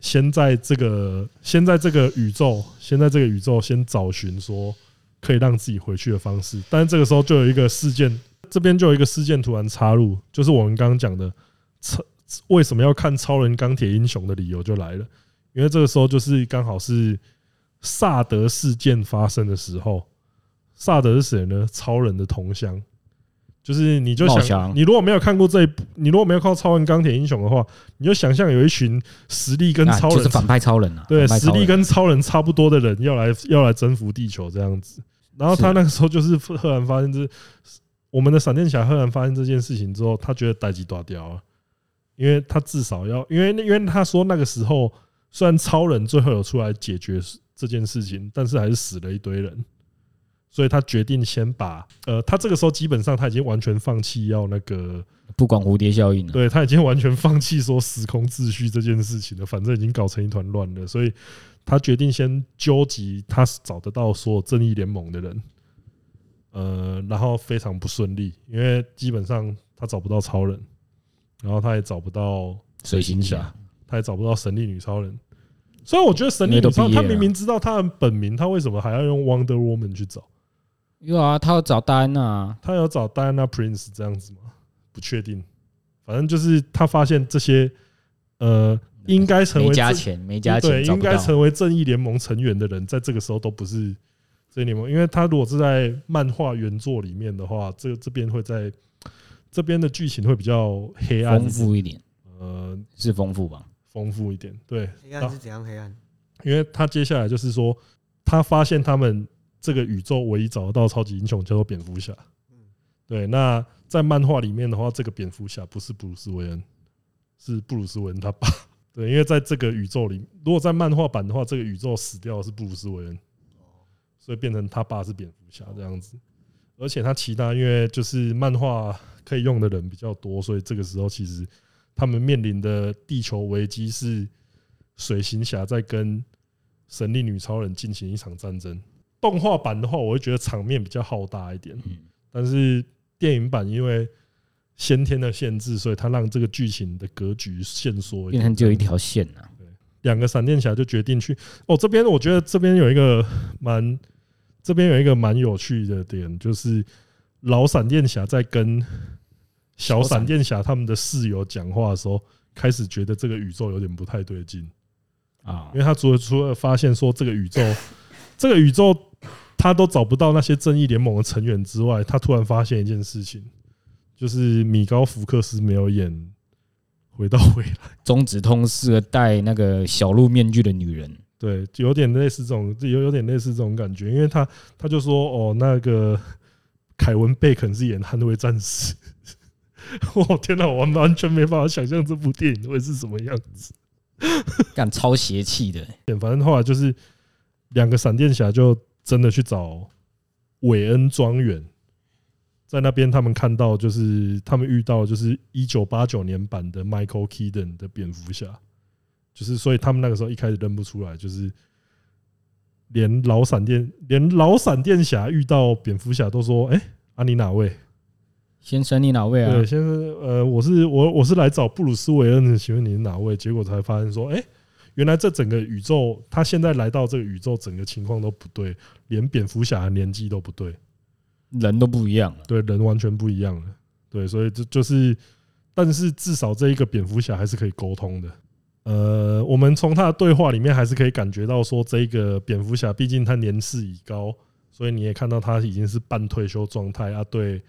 A: 先在这个先在这个宇宙，先在这个宇宙先找寻说可以让自己回去的方式。但是这个时候就有一个事件，这边就有一个事件突然插入，就是我们刚刚讲的超为什么要看超人钢铁英雄的理由就来了，因为这个时候就是刚好是萨德事件发生的时候。萨德是谁呢？超人的同乡，就是你就
C: 茂
A: 想，
C: 祥
A: 你如果没有看过这一部，你如果没有看过《超人钢铁英雄》的话，你就想象有一群实力跟
C: 那
A: 超
C: 就
A: 人
C: 是反派超人啊，
A: 对，
C: 反派
A: 实
C: 超人
A: 力跟超人差不多的人要来要来征服地球这样子。然后他
C: 是
A: 那个时候就是赫然发现这，我们的闪电侠赫然发现这件事情之后，他觉得代际大掉了，因为他至少要，因为因为他说那个时候虽然超人最后有出来解决这件事情，但是还是死了一堆人，所以他决定先把呃，他这个时候基本上他已经完全放弃要那个
C: 不管蝴蝶效应啊，
A: 对他已经完全放弃说时空秩序这件事情了，反正已经搞成一团乱了，所以他决定先纠集他找得到所有正义联盟的人，呃，然后非常不顺利，因为基本上他找不到超人，然后他也找不到
C: 水行侠，
A: 他也找不到神力女超人。虽然我觉得神力女超，
C: 因为都毕业
A: 他
C: 了
A: 明明知道他的本名，他为什么还要用 Wonder Woman 去找？
C: 有啊，他要找戴安娜啊，
A: 他有找 Diana Prince 这样子吗？不确定，反正就是他发现这些呃，应该成
C: 没
A: 为
C: 加
A: 正
C: 钱，没加钱，
A: 对，
C: 找
A: 应
C: 不
A: 该
C: 到。
A: 成为正义联盟成员的人，在这个时候都不是正义联盟，因为他如果是在漫画原作里面的话，这这边会在这边的剧情会比较黑暗一
C: 丰
A: 点，
C: 富一点，
A: 呃，
C: 是丰富吧？
A: 丰富一点，对，
E: 黑暗是怎样黑暗？
A: 因为他接下来就是说，他发现他们这个宇宙唯一找得到超级英雄叫做蝙蝠侠。对，那在漫画里面的话，这个蝙蝠侠不是布鲁斯·韦恩，是布鲁斯·韦恩他爸。对，因为在这个宇宙里，如果在漫画版的话，这个宇宙死掉的是布鲁斯·韦恩，所以变成他爸是蝙蝠侠这样子。而且他其他因为就是漫画可以用的人比较多，所以这个时候其实他们面临的地球危机是水行侠在跟神力女超人进行一场战争。动画版的话，我会觉得场面比较浩大一点，
C: 嗯
A: 但是电影版因为先天的限制，所以它让这个剧情的格局限缩一
C: 变
A: 点
C: 成。只有一条线啊，
A: 两个闪电侠就决定去哦，这边我觉得这边有一个蛮，这边有一个蛮有趣的点，就是老闪电侠在跟小闪电侠他们的室友讲话的时候，开始觉得这个宇宙有点不太对劲。
C: 啊
A: 因，为他除了除了发现说这个宇宙，这个宇宙他都找不到那些正义联盟的成员之外，他突然发现一件事情，就是米高福克斯没有演《回到未来》，
C: 中指通是个戴那个小鹿面具的女人，
A: <laughs> 对，有点类似这种，有有点类似这种感觉，因为他他就说哦，那个凯文贝肯是演捍卫战士。 <laughs> 我天哪，我完全没办法想象这部电影会是什么样子。
C: 干超邪气的，
A: 反正后来就是两个闪电侠就真的去找韦恩庄园，在那边他们看到就是他们遇到就是一九八九年版的 Michael Keaton 的蝙蝠侠，就是所以他们那个时候一开始认不出来，就是连老闪电连老闪电侠遇到蝙蝠侠都说：“哎、啊你哪位？”
C: 先生你哪位啊
A: 对，？先生，呃，我是我我是来找布鲁斯韦恩的，请问你是哪位？结果才发现说，哎、原来这整个宇宙，他现在来到这个宇宙，整个情况都不对，连蝙蝠侠的年纪都不对，
C: 人都不一样了，
A: 对，人完全不一样了，对，所以这就是，但是至少这一个蝙蝠侠还是可以沟通的。呃，我们从他的对话里面还是可以感觉到说，这个蝙蝠侠毕竟他年事已高，所以你也看到他已经是半退休状态啊，对，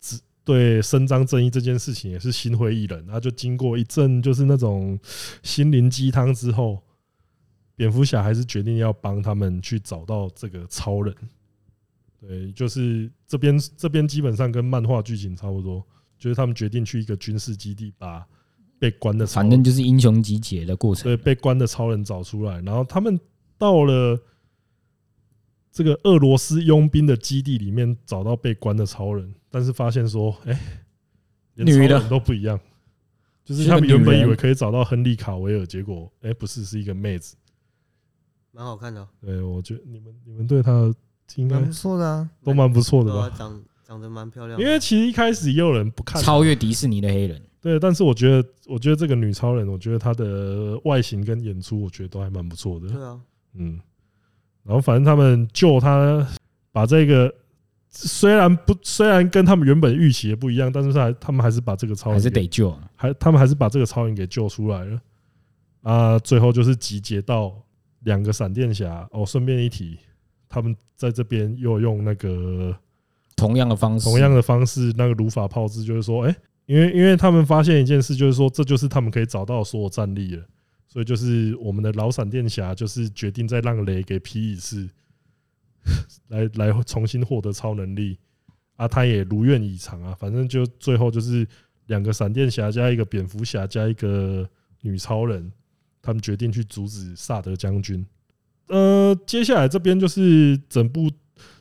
A: 只对伸张正义这件事情也是心灰意冷，他就经过一阵就是那种心灵鸡汤之后，蝙蝠侠还是决定要帮他们去找到这个超人。对，就是这边这边基本上跟漫画剧情差不多，就是他们决定去一个军事基地把被关的超人
C: 反正就是英雄集结的过程
A: 对，，被关的超人找出来，然后他们到了这个俄罗斯佣兵的基地里面找到被关的超人，但是发现说，哎、连
C: 女
A: 超
C: 的
A: 人都不一样，就是
C: 是
A: 他
C: 个
A: 们原
C: 女
A: 本以
C: 人
A: 为可以找到亨利卡维尔，结果哎、不是，是一个妹子。
E: 蛮好看的哦，
A: 对，我觉得你们你们对他应该
D: 蛮不错的啊。
A: 都蛮不错的
E: 对啊，
A: 吧？
E: 长长得蛮漂亮的，
A: 因为其实一开始也有人不看好
C: 超越迪士尼的黑人，
A: 对，但是我觉得，我觉得这个女超人，我觉得她的外形跟演出，我觉得都还蛮不错的。
E: 对啊，
A: 嗯，然后反正他们救她，把这个虽然不虽然跟他们原本预期也不一样，但是还他们还是把这个超人
C: 还是
A: 给
C: 得救啊。
A: 还他们还是把这个超人给救出来了。啊，最后就是集结到两个闪电侠。哦，顺便一提，他们在这边又用那个
C: 同样的方式，
A: 同样的方式，那个如法炮制，就是说，哎、因为因为他们发现一件事，就是说这就是他们可以找到的所有战力了，所以就是我们的老闪电侠就是决定再让雷给劈一次， <laughs> 来来重新获得超能力啊，他也如愿以偿啊，反正就最后就是两个闪电侠加一个蝙蝠侠加一个女超人，他们决定去阻止萨德将军。呃，接下来这边就是整部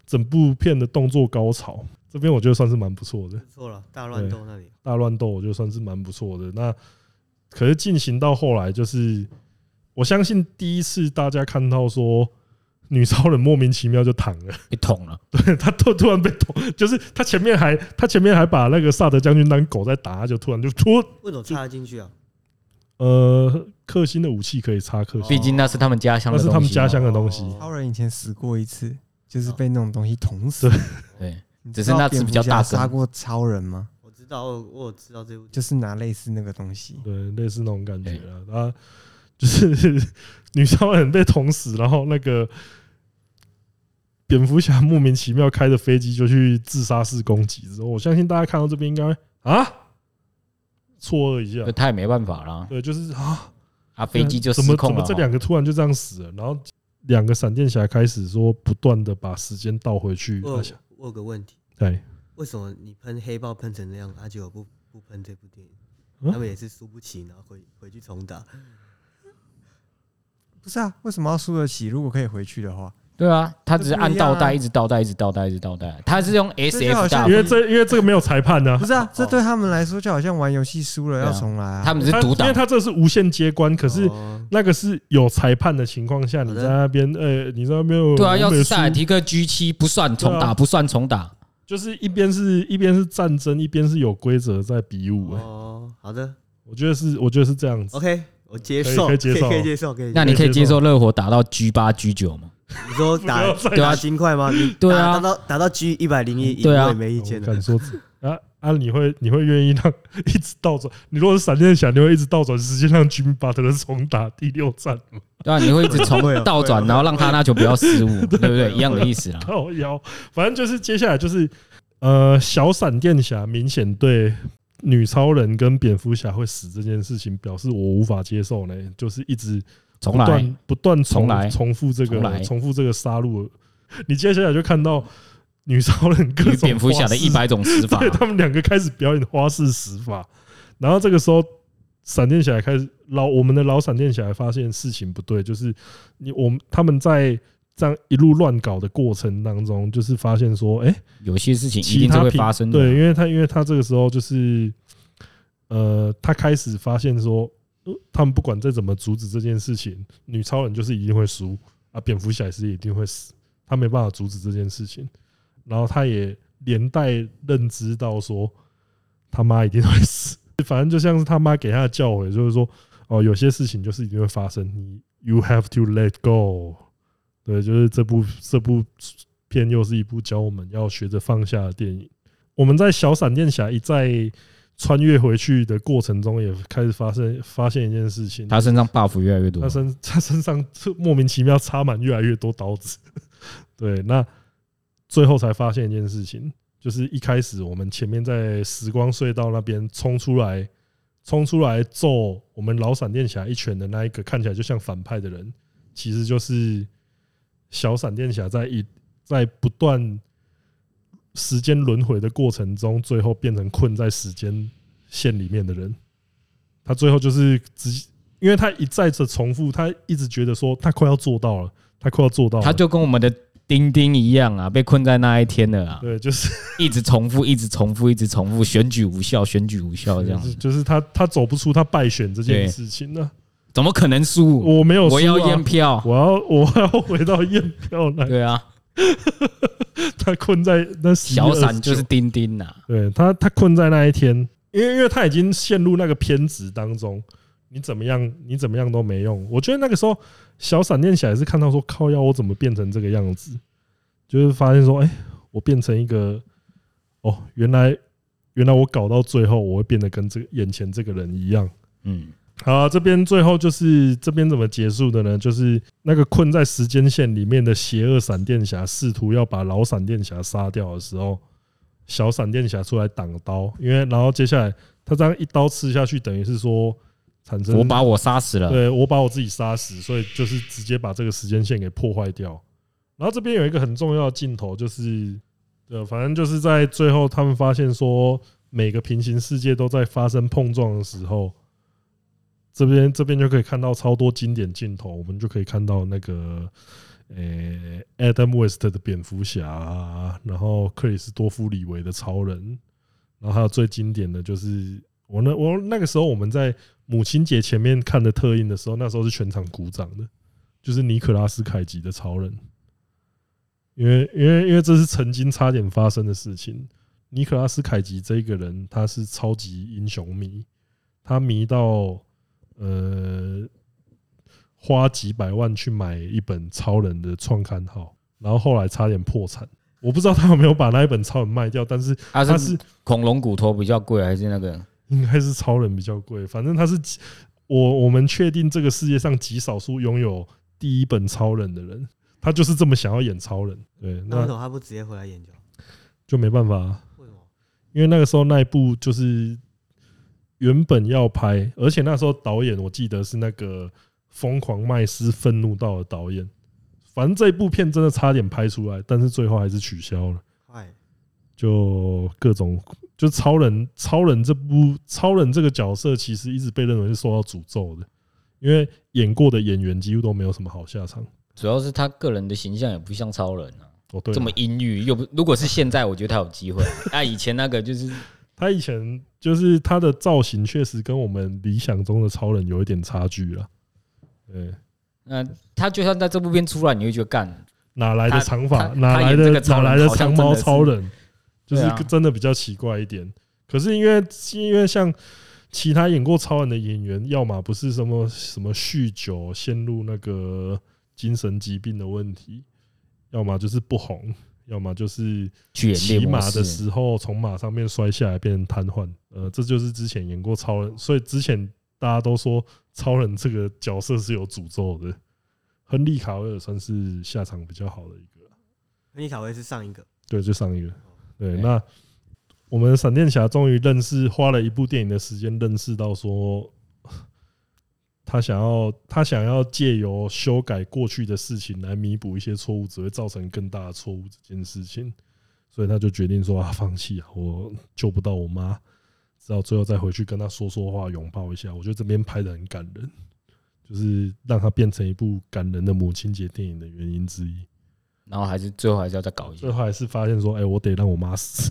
A: 整部片的动作高潮，这边我觉得算是蛮不错的。
E: 不错了，大乱斗那里
A: 大乱斗，我觉得算是蛮不错的。那可是进行到后来，就是我相信第一次大家看到说女超人莫名其妙就躺了， <laughs>
C: 被捅了，
A: 她突突然被捅，就是她前面还她前面还把那个萨德将军当狗在打，她就突然就突
E: 为什么插得进去啊？
A: 呃克星的武器可以插克星，
C: 毕竟那是他们家乡
A: 那
C: 的
A: 是
C: 东西嘛。
A: 他们家乡的东西。
E: 哦
D: 超人以前死过一次，就是被那种东西捅死。
C: 对，
D: 你
C: 只是
D: 知道
C: 那只比较大
D: 蝙蝠侠杀
C: 声
D: 过超人吗？
E: 我知道，我有我有知道这部剧，
D: 就是拿类似那个东西。
A: 对，类似那种感觉
C: 哎
A: 啊。啊，就是 <laughs> 女超人被捅死，然后那个蝙蝠侠莫名其妙开着飞机就去自杀式攻击。之后，我相信大家看到这边应该会啊错愕一下
C: 那，他也没办法啦。
A: 啊对，就是啊，
C: 啊，呃飞机就
A: 怎么
C: 失
A: 怎
C: 控
A: 么
C: 了哦
A: 这。两个突然就这样死了，然后两个闪电侠开始说不断的把时间倒回去，哎
E: 我
A: 啊
E: 有我有个问题，
A: 对，
E: 为什么你喷黑豹喷成那样，阿九不不喷这部电影？
A: 嗯
E: 他们也是输不起，然后回回去重打。
D: 不是啊，为什么要输得起？如果可以回去的
A: <laughs>
D: 话，
C: 对啊，他只是按倒带，
D: 这不一样啊
C: 一直倒带，一直倒带，一直倒带。他是用
D: 就
C: SF
D: 好像
C: 大
A: 因
C: 法，
A: 为这因为这个没有裁判呢、
D: 不是啊，这对他们来说就好像玩游戏输了
C: 对啊
D: 要重来啊。
C: 他们只
A: 他
C: 是独
A: 因为
C: 挡。
A: 他这是无限接关，可是
E: 哦
A: 那个是有裁判的情况下，你在那边，呃、你在那边，
C: 对啊，
A: 我
C: 要
A: 没
C: 是
A: 有
C: 塞尔
A: 输
C: 提克 G 七不算重
A: 对啊
C: 打，不算重打。
A: 就是一边是一边是战争，一边是有规则在比武、欸。
E: 哦，好的
A: 我觉得是，我觉得是这样子。
E: ，OK，我接受，
A: 可以可以接受
E: 可以接受，可以接受。
C: 那你可以接受热火打到 G 八 G 九吗？
E: 你说
A: 不
E: 打
A: 要再
C: 对啊
E: 打金块吗？你
C: 对
E: 打
C: 啊
E: 打到打到 G 一百零一，
C: 对啊
E: 我也没意见
A: 哦我
E: 的
A: 敢。说自啊啊！你会你会愿意让一直倒转？你如果是闪电侠，你会一直倒转时间让 Jimmy Butler 重打第六战吗？
C: 对啊，你会一直从
E: 会啊
C: 倒转，然后让他那球不要失误，
A: <laughs>
C: 对不
A: 啊
C: 对？一样的意思啦。
A: 靠腰，反正就是接下来就是呃，小闪电侠明显对女超人跟蝙蝠侠会死这件事情表示我无法接受呢，就是一直
C: 重
A: 不
C: 来
A: 断，不断重
C: 重来
A: 重复这
C: 重
A: 个
C: 来
A: 重复这个杀戮。 <laughs> 你接下来就看到女超人各
C: 与
A: 种
C: 蝙蝠侠的
A: 花式
C: 一百种死
A: <laughs>
C: 法
A: 对，他们两个开始表演花式死法，然后这个时候闪电侠也开始老我们的老闪电侠也发现事情不对，就是你我们他们在这样一路乱搞的过程当中，就是发现说，哎、
C: 有些事情一
A: 其
C: 定是
A: 他
C: 会
A: 品
C: 发生的。啊
A: 对，因为他因为他这个时候就是，呃，他开始发现说，呃他们不管再怎么阻止这件事情，女超人就是一定会输啊，蝙蝠侠也是一定会死，他没办法阻止这件事情，然后他也连带认知到说，他妈一定会死， <laughs> 反正就像是他妈给他的教诲，就是说，哦，有些事情就是一定会发生，你 you have to let go。对，就是这部这部片又是一部教我们要学着放下的电影。我们在小闪电侠一再穿越回去的过程中，也开始发生发现一件事情，
C: 他身上 buff 越来越多
A: 他，身 <laughs> 他身上就莫名其妙插满越来越多刀子。对，那最后才发现一件事情，就是一开始我们前面在时光隧道那边冲出来，冲出来揍我们老闪电侠一拳的那一个看起来就像反派的人，其实就是小闪电侠在一在不断时间轮回的过程中，最后变成困在时间线里面的人。他最后就是直因为他一再的重复，他一直觉得说他快要做到了，他快要做到了，
C: 他就跟我们的丁丁一样啊，被困在那一天了啊，
A: 对，就是
C: 一直重复，一直重复，一直重复，选举无效，选举无哦效，这样
A: <laughs> 就是就是他他走不出他败选这件
C: 对
A: 事情呢、
C: 怎么可能输？
A: 我没有、啊，
C: 我要验，票，
A: 我要我要回到验票来。
C: 对啊，
A: 他困在那11
C: 小闪就是啊
A: 29
C: 丁丁呐、
A: 对他他困在那一天，因为因为他已经陷入那个偏执当中，你怎么样你怎么样都没用。我觉得那个时候小闪念起来是看到说靠要我怎么变成这个样子，就是发现说哎、我变成一个哦，原来原来我搞到最后我会变得跟这个眼前这个人一样。
C: 嗯，
A: 好、啊这边最后就是这边怎么结束的呢？就是那个困在时间线里面的邪恶闪电侠试图要把老闪电侠杀掉的时候，小闪电侠出来挡刀，因为然后接下来他这样一刀刺下去，等于是说产生
C: 我把我杀死了，
A: 对我把我自己杀死，所以就是直接把这个时间线给破坏掉。然后这边有一个很重要的镜头，就是呃，反正就是在最后他们发现说每个平行世界都在发生碰撞的时候，这边这边就可以看到超多经典镜头，我们就可以看到那个。呃、Adam West 的蝙蝠侠啊，然后克里斯多夫·李维的超人，然后还有最经典的就是我那我那个时候我们在母亲节前面看的特映的时候，那时候是全场鼓掌的，就是尼可拉斯凯奇的超人，因为因为因为这是曾经差点发生的事情。尼可拉斯凯奇这一个人，他是超级英雄迷，他迷到呃花几百万去买一本超人的创刊号，然后后来差点破产。我不知道他有没有把那一本超人卖掉，但是
C: 他
A: 他
C: 啊是
A: 是
C: 恐龙骨头比较贵还是那个？
A: 应该是超人比较贵，反正他是极我我们确定这个世界上极少数拥有第一本超人的人，他就是这么想要演超人，对，
E: 那为什
A: 那
E: 么他不直接回来研究？
A: 就没办法、啊，
E: 为什么？
A: 因为那个时候那一部就是原本要拍，而且那时候导演我记得是那个疯狂麦斯愤怒到的导演，反正这一部片真的差点拍出来，但是最后还是取消了。
E: 快，
A: 就各种就超人，超人这部超人这个角色其实一直被认为是受到诅咒的，因为演过的演员几乎都没有什么好下场。
C: 主要是他个人的形象也不像超人啊，
A: 哦，对
C: 这么
A: 了，
C: 阴郁又不。如果是现在，我觉得他有
A: <laughs>
C: 机会。那以前那个就是
A: 他以前就是他的造型确实跟我们理想中的超人有一点差距了。对，
C: 那他就算在这部片出来，你会觉得干
A: 哪来的
C: 他
A: 长发
C: 他？
A: 哪
C: 他
A: 来
C: 演这
A: 的
C: 个超
A: 哪
C: 人
A: 来的
C: 好像
A: 长毛
C: 真的是
A: 超人？就是
C: 对啊
A: 真的比较奇怪一点。可是因为因为像其他演过超人的演员，要么不是什么什么酗酒陷入那个精神疾病的问题，要么就是不红，要么就是
C: 去演
A: 骑
C: 猎魔
A: 马的
C: 士，
A: 时候从马上面摔下来变成瘫痪。呃，这就是之前演过超人，所以之前大家都说超人这个角色是有诅咒的。亨利卡维尔算是下场比较好的一个，
E: 亨利卡维是上一个，
A: 对，就上一个。对，
C: 对
A: 那我们闪电侠终于认识，花了一部电影的时间认识到说， <laughs> 他想要他想要借由修改过去的事情来弥补一些错误，只会造成更大的错误这件事情，所以他就决定说啊，放弃啊，我救不到我妈，直到最后再回去跟她说说话，拥抱一下。我觉得这边拍的很感人，就是让它变成一部感人的母亲节电影的原因之一。
C: 然后还是最后还是要再搞一下
A: 最。后还是发现说，哎、我得让我妈死。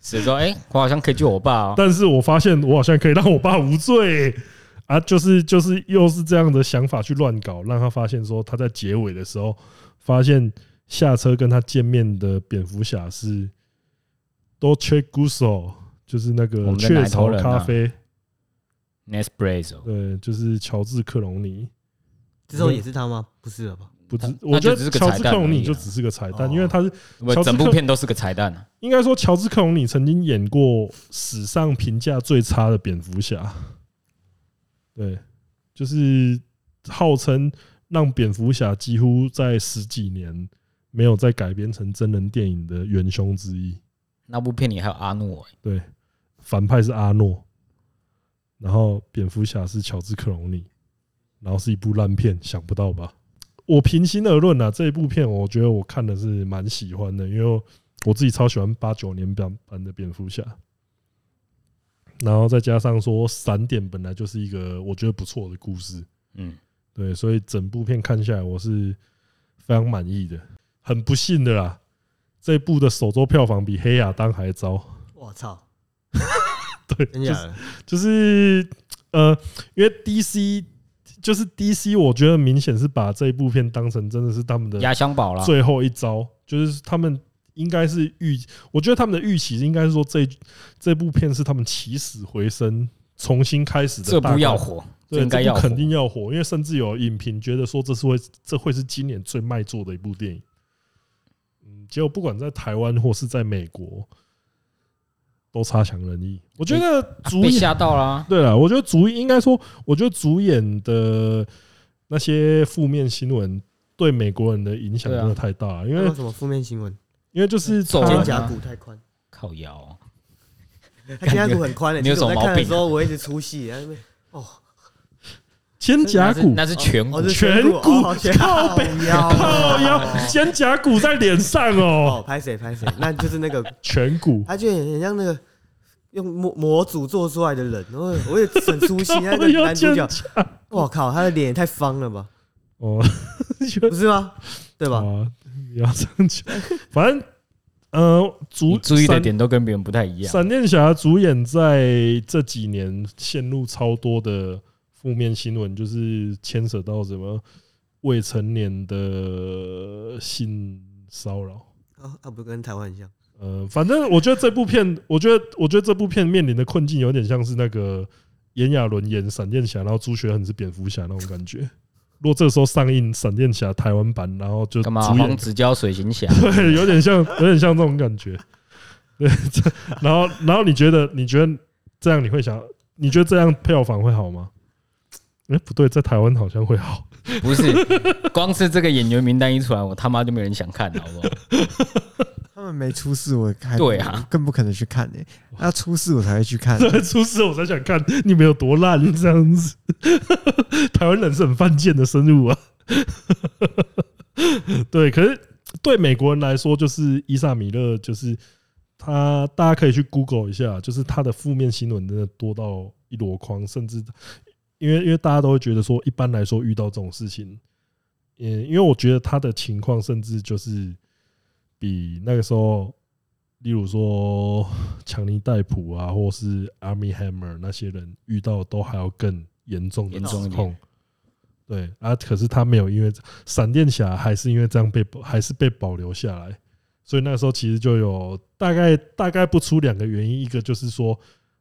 C: 所以说，哎、我好像可以救我爸哦。
A: 但是我发现我好像可以让我爸无罪、 <laughs> 啊，就是就是又是这样的想法去乱搞，让他发现说他在结尾的时候发现下车跟他见面的蝙蝠侠是 Dolce Gusto，就是那
C: 我
A: 个
C: 们的
A: 雀
C: 奶头
A: 巢
C: 人啊
A: 咖啡，
C: Nespresso，
A: 对，就是乔治克隆尼。
E: 这时候也是他吗？不是了吧？
A: 不止，
C: 那
A: 我觉
C: 就只
A: 得
C: 是个
A: 乔
C: 彩
A: 治克
C: 蛋
A: 隆
C: 而
A: 尼
C: 已
A: 就
C: 啊
A: 只是个彩
E: 哦
A: 蛋，因为他是
C: 不
A: 乔，治
C: 整部
A: 克
C: 片都是个彩蛋啊。
A: 应该说乔治克隆尼曾经演过史上评价最差的蝙蝠侠，对，就是号称让蝙蝠侠几乎在十几年没有再改编成真人电影的元凶之一。
C: 那部片里还有阿诺、欸，
A: 对，反派是阿诺，然后蝙蝠侠是乔治克隆尼，然后是一部烂片，想不到吧？我平心而论啊，这一部片我觉得我看的是蛮喜欢的，因为我自己超喜欢八九年版版的蝙蝠侠，然后再加上说闪点本来就是一个我觉得不错的故事，
C: 嗯，
A: 对，所以整部片看下来我是非常满意的。很不幸的啦，这部的首周票房比《黑亚当》还糟。
E: 我操，
A: 对，
E: 真
A: 就
E: 假
A: 是
E: 的？
A: 就是呃，因为 DC 就是 DC，我觉得明显是把这一部片当成真的是他们的
C: 压箱宝啦。
A: 最后一招，就是他们应该是预，我觉得他们的预期应该是说这这部片是他们起死回生、重新开始的
C: 这
A: 大概
C: 不要火，这
A: 对，
C: 应该
A: 这
C: 要
A: 部
C: 火。
A: 肯定要火，因为甚至有影评觉得说这是会这会是今年最卖座的一部电影。嗯，结果不管在台湾或是在美国，都差强人意。我觉得
C: 啊
A: 主
C: 被
A: 演、
C: 吓到啦。
A: 对了，我觉得主应该说，我觉得主演的那些负面新闻对美国人的影响
C: 对啊
A: 真的太大了，因
E: 那
A: 为
E: 有什么负面新闻？
A: 因为就是
C: 走
A: 他
E: 肩
C: 了
E: 胛骨太宽，
C: 靠腰哦，
E: 他肩胛骨很宽的。
C: 你有
E: 其实我
C: 什
E: 在
C: 么毛
E: 看的
C: 病啊
E: 时候，我一直出戏，然后那边
A: 肩胛骨
C: 那是那是颧
E: 哦
C: 骨
E: 是，
A: 颧
E: 骨
A: 骨
E: 哦颧
A: 靠背
E: 腰
A: 靠腰，哦肩胛骨在脸上哦，
E: 哦，拍谁拍谁，那就是那个，
A: 颧骨
E: 他就很像那个用模模组做出来的人，我我也很
A: <laughs>
E: 出戏。那
A: 靠
E: 个
A: 腰
E: 男主
A: 肩
E: 角，
A: 胛
E: 我靠，他的脸也太方
A: <laughs>
E: 了吧，
A: 哦，
E: 不是吗？对吧？
A: 啊，不 <laughs> 要这样讲，反正呃，
C: 你
A: 主
C: 注意的
A: 闪
C: 点都跟别人不太一样。
A: 闪电侠主演在这几年陷入超多的负面新闻，就是牵扯到什么未成年的性骚扰。
E: 啊，啊，不是跟台湾很像？
A: 呃，反正我觉得这部片， <laughs> 我觉得我觉得这部片面临的困境有点像是那个炎亚纶演闪电侠，然后朱雪恒是蝙蝠侠那种感觉。如果这时候上映闪电侠台湾版，然后就
C: 干嘛？
A: 主演
C: 黄子佼水
A: <laughs>
C: 行侠，
A: 对，有点像，有点像这种感觉。对，这然后然后你觉得，你觉得这样你会想，你觉得这样票房会好吗？哎、不对，在台湾好像会好。
C: 不是，光是这个演员名单一出来，我他妈就没人想看了，好
E: <laughs>
C: 不好？
D: 他们没出事，我看
C: 对啊，
D: 更不可能去看呢、那出事我才会去
C: <laughs>
D: 看。
A: 对，出事我才想看你们有多烂这样子。台湾人是很犯贱的生物啊。对，可是对美国人来说，就是伊萨米勒，就是他，大家可以去 Google 一下，就是他的负面新闻真的多到一箩筐，甚至因为因为大家都会觉得说，一般来说遇到这种事情，嗯，因为我觉得他的情况甚至就是比那个时候，例如说强尼戴普啊，或是 Army Hammer 那些人遇到都还要更严重的
C: 严重
A: 指
C: 一点
A: 控。对啊，可是他没有因为闪电侠还是因为这样被保还是被保留下来，所以那时候其实就有大概大概不出两个原因，一个就是说，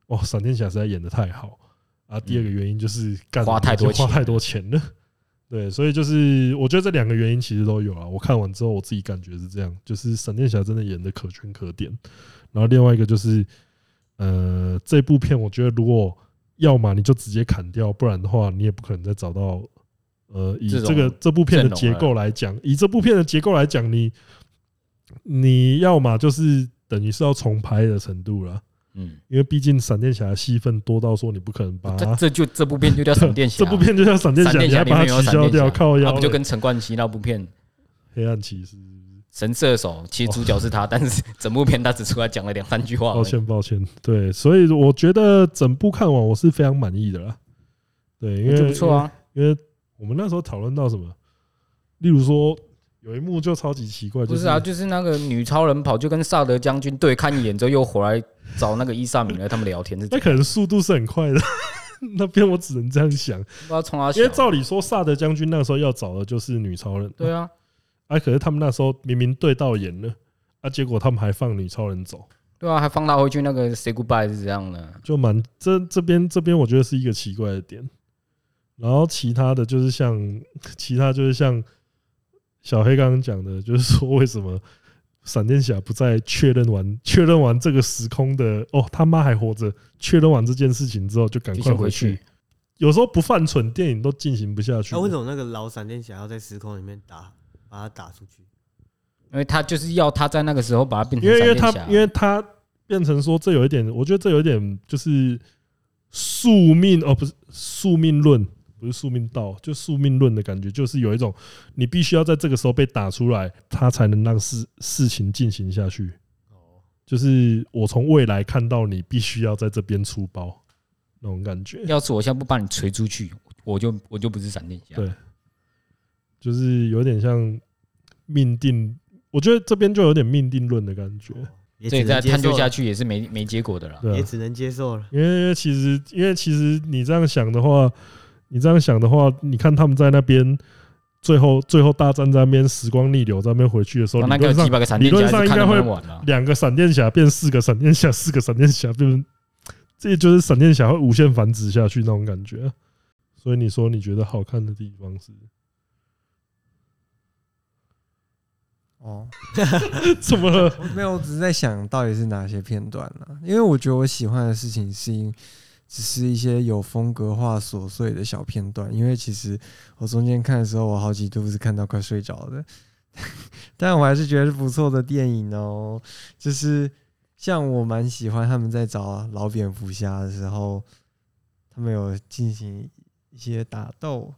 A: 哦，闪电侠实在演的太好啊，第二个原因就是干
C: 嗯花太多
A: 花
C: 钱
A: 太多钱了，对，所以就是我觉得这两个原因其实都有啊。我看完之后我自己感觉是这样，就是闪电侠真的演的可圈可点，然后另外一个就是，呃，这部片我觉得如果要么你就直接砍掉，不然的话你也不可能再找到。呃，以
C: 这种
A: 这个这部片的
C: 阵容
A: 结
C: 了
A: 构来讲，以这部片的结构来讲，你你要嘛就是等于是要重拍的程度了，
C: 嗯，
A: 因为毕竟闪电侠的戏份多到说你不可能把
C: 这
A: 它
C: 这就这部片就叫闪电
A: 啊 <laughs>
C: 侠，
A: 这部片就叫闪电
C: 闪
A: 侠，
C: 电
A: 你
C: 侠
A: 还
C: 里
A: 把
C: 面
A: 它
C: 有
A: 取
C: 闪
A: 消
C: 电侠，
A: 掉，靠
C: 他
A: 腰
C: 不就
A: 嘞
C: 跟陈冠希那部片《
A: 黑暗骑士？
C: 神射手》，其实主角是他，但是整部片他只出来讲了两三句话
A: 哦
C: 而
A: 抱
C: 已。
A: 歉，抱歉，对，所以我觉得整部看完我是非常满意的啦。对，因
C: 我
A: 为
C: 觉得不错啊，
A: 因为，因为我们那时候讨论到什么，例如说有一幕就超级奇怪，
C: 不
A: 就是
C: 啊，就是那个女超人跑就跟萨德将军对看一眼之后，又回来找那个伊萨米勒他们聊天，是怎 <laughs>
A: 那
C: 样
A: 可能速度是很快的， <laughs> 那边我只能这样想。
C: 不知道冲他
A: 因
C: 小
A: 为。照理说，萨德将军那时候要找的就是女超人，
C: 对啊，
A: 啊，可是他们那时候明明对到眼了，啊，结果他们还放女超人走，
C: 对啊，还放他回去那个 say goodbye 是这样的。
A: 就蛮这这边这边我觉得是一个奇怪的点。然后其他的就是像 <laughs> 其他就是像小黑刚刚讲的，就是说为什么闪电侠不在确认完确认完这个时空的哦他妈还活着，确认完这件事情之后就赶
C: 就
A: 快
C: 先
A: 回
C: 回
A: 去
C: 去。
A: 有时候不犯蠢，电影都进行不下去
E: 那、。啊为什么那个老闪电侠要在时空里面打，把他打出去？
C: 因为他就是要他在那个时候把他变成
A: 因为因为
C: 嗯闪
A: 他
C: 电侠
A: 因为他变成说这有一点，我觉得这有一点就是宿命哦，不是宿命论，不是宿命道，就宿命论的感觉，就是有一种你必须要在这个时候被打出来，他才能让事事情进行下去。就是我从未来看到你必须要在这边出包那种感觉，
C: 要是我现在不把你锤出去，我就我就不是闪电侠。
A: 对就是有点像命定，我觉得这边就有点命定论的感觉。
E: 哦也
C: 所以
E: 只
C: 再
E: 能接
C: 探究
E: 受
C: 下
E: 了，
C: 去也是没没结果的啦。
A: 对、
E: 也
A: 啊，
E: 只能接受了。
A: 因为其实因为其实你这样想的话，你这样想的话，你看他们在那边最后最后大战在那边时光逆流在那边回去的时候，
C: 哦那
A: 理
C: 个
A: 论
C: 几
A: 上
C: 百个闪
A: 理
C: 电
A: 论
C: 侠
A: 上
C: 还是看
A: 应该
C: 得
A: 会
C: 很晚了。
A: 两个闪电侠变四个闪电侠，四个闪电侠变成，这就是闪电侠会无限繁殖下去那种感觉啊。所以你说你觉得好看的地方是 <laughs>
D: 哦，
A: 怎么了？
D: 我没有，我只是在想到底是哪些片段啦、因为我觉得我喜欢的事情是因，只是一些有风格化、琐碎的小片段。因为其实我中间看的时候，我好几度是看到快睡着的， <laughs> 但我还是觉得是不错的电影哦、就是像我蛮喜欢他们在找老蝙蝠侠的时候，他们有进行一些打斗，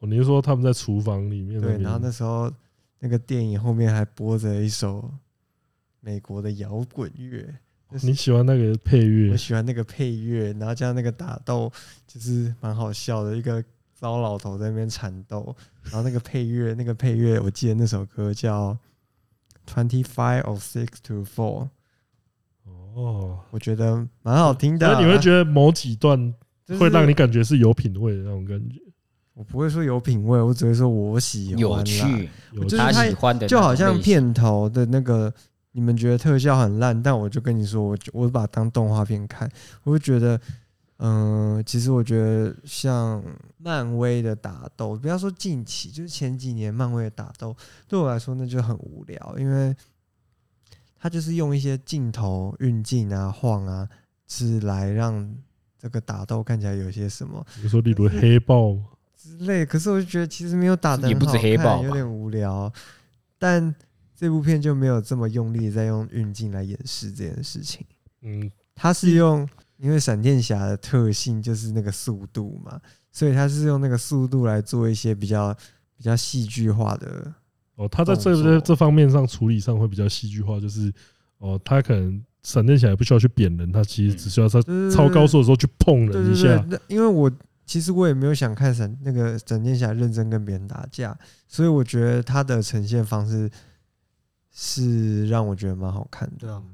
A: 哦你是说他们在厨房里面那
D: 对，
A: 边？
D: 然后那时候那个电影后面还播着一首美国的摇滚乐，
A: 哦你喜欢那个配
D: 我
A: 乐？
D: 喜欢那个配乐，然后加上那个打斗，就是蛮好笑的。一个糟老头在那边缠斗，然后那个配乐，那个配乐，我记得那首歌叫《Twenty Five of Six to Four》，
A: 哦，
D: 我觉得蛮好听的
A: 所
D: 啊、
A: 以你会觉得某几段
D: 就是
A: 会让你感觉是有品味的那种感觉，
D: 我不会说有品味，我只会说我喜欢啦
C: 有趣，
A: 有
D: 就是
C: 他
D: 它
C: 喜欢的那种类型，
D: 就好像片头的那个，你们觉得特效很烂，但我就跟你说，我就我把它当动画片看，我就觉得，嗯、其实我觉得像漫威的打斗，不要说近期，就是前几年漫威的打斗，对我来说那就很无聊，因为它就是用一些镜头运镜啊、晃啊，是来让这个打斗看起来有些什么。
A: 比如说例如黑豹嘛，
D: 之类。可是我就觉得其实没有打的
C: 也不止黑豹吧
D: 有点无聊。但这部片就没有这么用力在用运镜来掩饰这件事情，
A: 嗯，
D: 它是用因为闪电侠的特性就是那个速度嘛，所以它是用那个速度来做一些比较比较戏剧化的。
A: 哦，他在这这
D: 动作
A: 这方面上处理上会比较戏剧化，就是哦，他可能闪电侠也不需要去扁人，他其实只需要在
D: 对对对
A: 超高速的时候去碰
D: 嗯对
A: 人
D: 对
A: 一
D: 对
A: 下，，
D: 那因为我其实我也没有想看闪那个闪电侠认真跟别人打架，所以我觉得他的呈现方式是让我觉得蛮好看的。
E: 对啊，
A: 嗯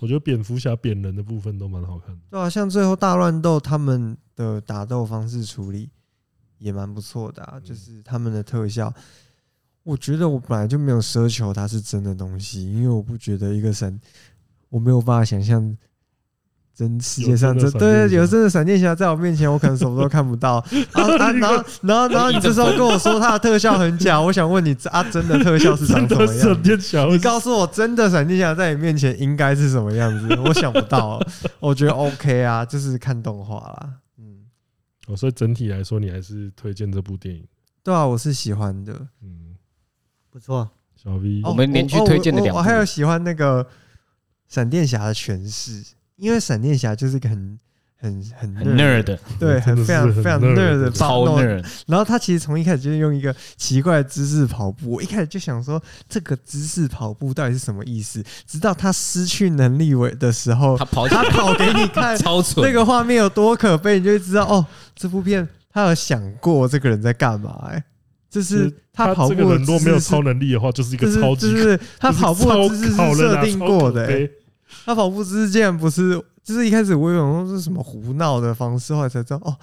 A: 我觉得蝙蝠侠扁人的部分都蛮好看的。
D: 对啊，像最后大乱斗他们的打斗方式处理也蛮不错的、
A: 嗯
D: 啊，就是他们的特效，我觉得我本来就没有奢求它是真的东西，因为我不觉得一个闪，我没有办法想象真世界上
A: 有真的闪
D: 真
A: 电
D: 对
A: 侠
D: 有真的闪电侠在我面前，我可能什么都看不
A: <laughs>
D: 到。啊啊，然后然后然后你这时候跟我说它的特效很假，我想问你啊，真的特效是长
A: 真
D: 什么
A: 的
D: 样子
A: 闪？电侠会
D: 你告诉我，真的闪电侠在你面前应该是什么样子？我想不到，我觉得 OK 啊，就是看动画啦。嗯，
A: 哦，所以整体来说，你还是推荐这部电影。
D: 对啊，我是喜欢的。哦
A: 嗯，
E: 不错，啊
A: 小 V，
C: 我们连续推荐的两部
D: 哦我我我还有喜欢那个闪电侠的诠释，因为闪电侠就是一个很很很
C: 很 nerd，
D: 对，很非常
A: 真的是很
D: 非常
A: nerd
D: nerd 的
C: 超
D: 暴怒
C: nerd，
D: 然后他其实从一开始就是用一个奇怪的姿势跑步，我一开始就想说这个姿势跑步到底是什么意思，直到他失去能力为的时候
C: 他，跑起
D: 他
C: 来，
D: 跑给你看
C: 超蠢，
D: 那个画面有多可悲，你就会知道哦，这部片他有想过这个人在干嘛、哎，就是
A: 他
D: 跑步
A: 这
D: 的
A: 个人如果没有
D: 姿势
A: 超能力的话，就是一
D: 就
A: 个
D: 是
A: 超
D: 就
A: 级
D: 是他跑步的姿势
A: 好
D: 是
A: 人啊
D: 设定过的、
A: 超可
D: 哎
A: 悲
D: 他跑步之间不是，就是一开始我以为说是什么胡闹的方式，后来才知道哦。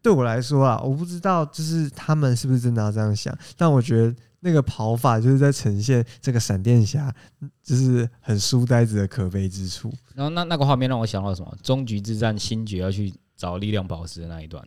D: 对我来说啊，我不知道就是他们是不是真的要这样想，但我觉得那个跑法就是在呈现这个闪电侠嗯就是很书呆子的可悲之处。
C: 然后那那个画面让我想到什么？终局之战，星爵要去找力量宝石的那一段，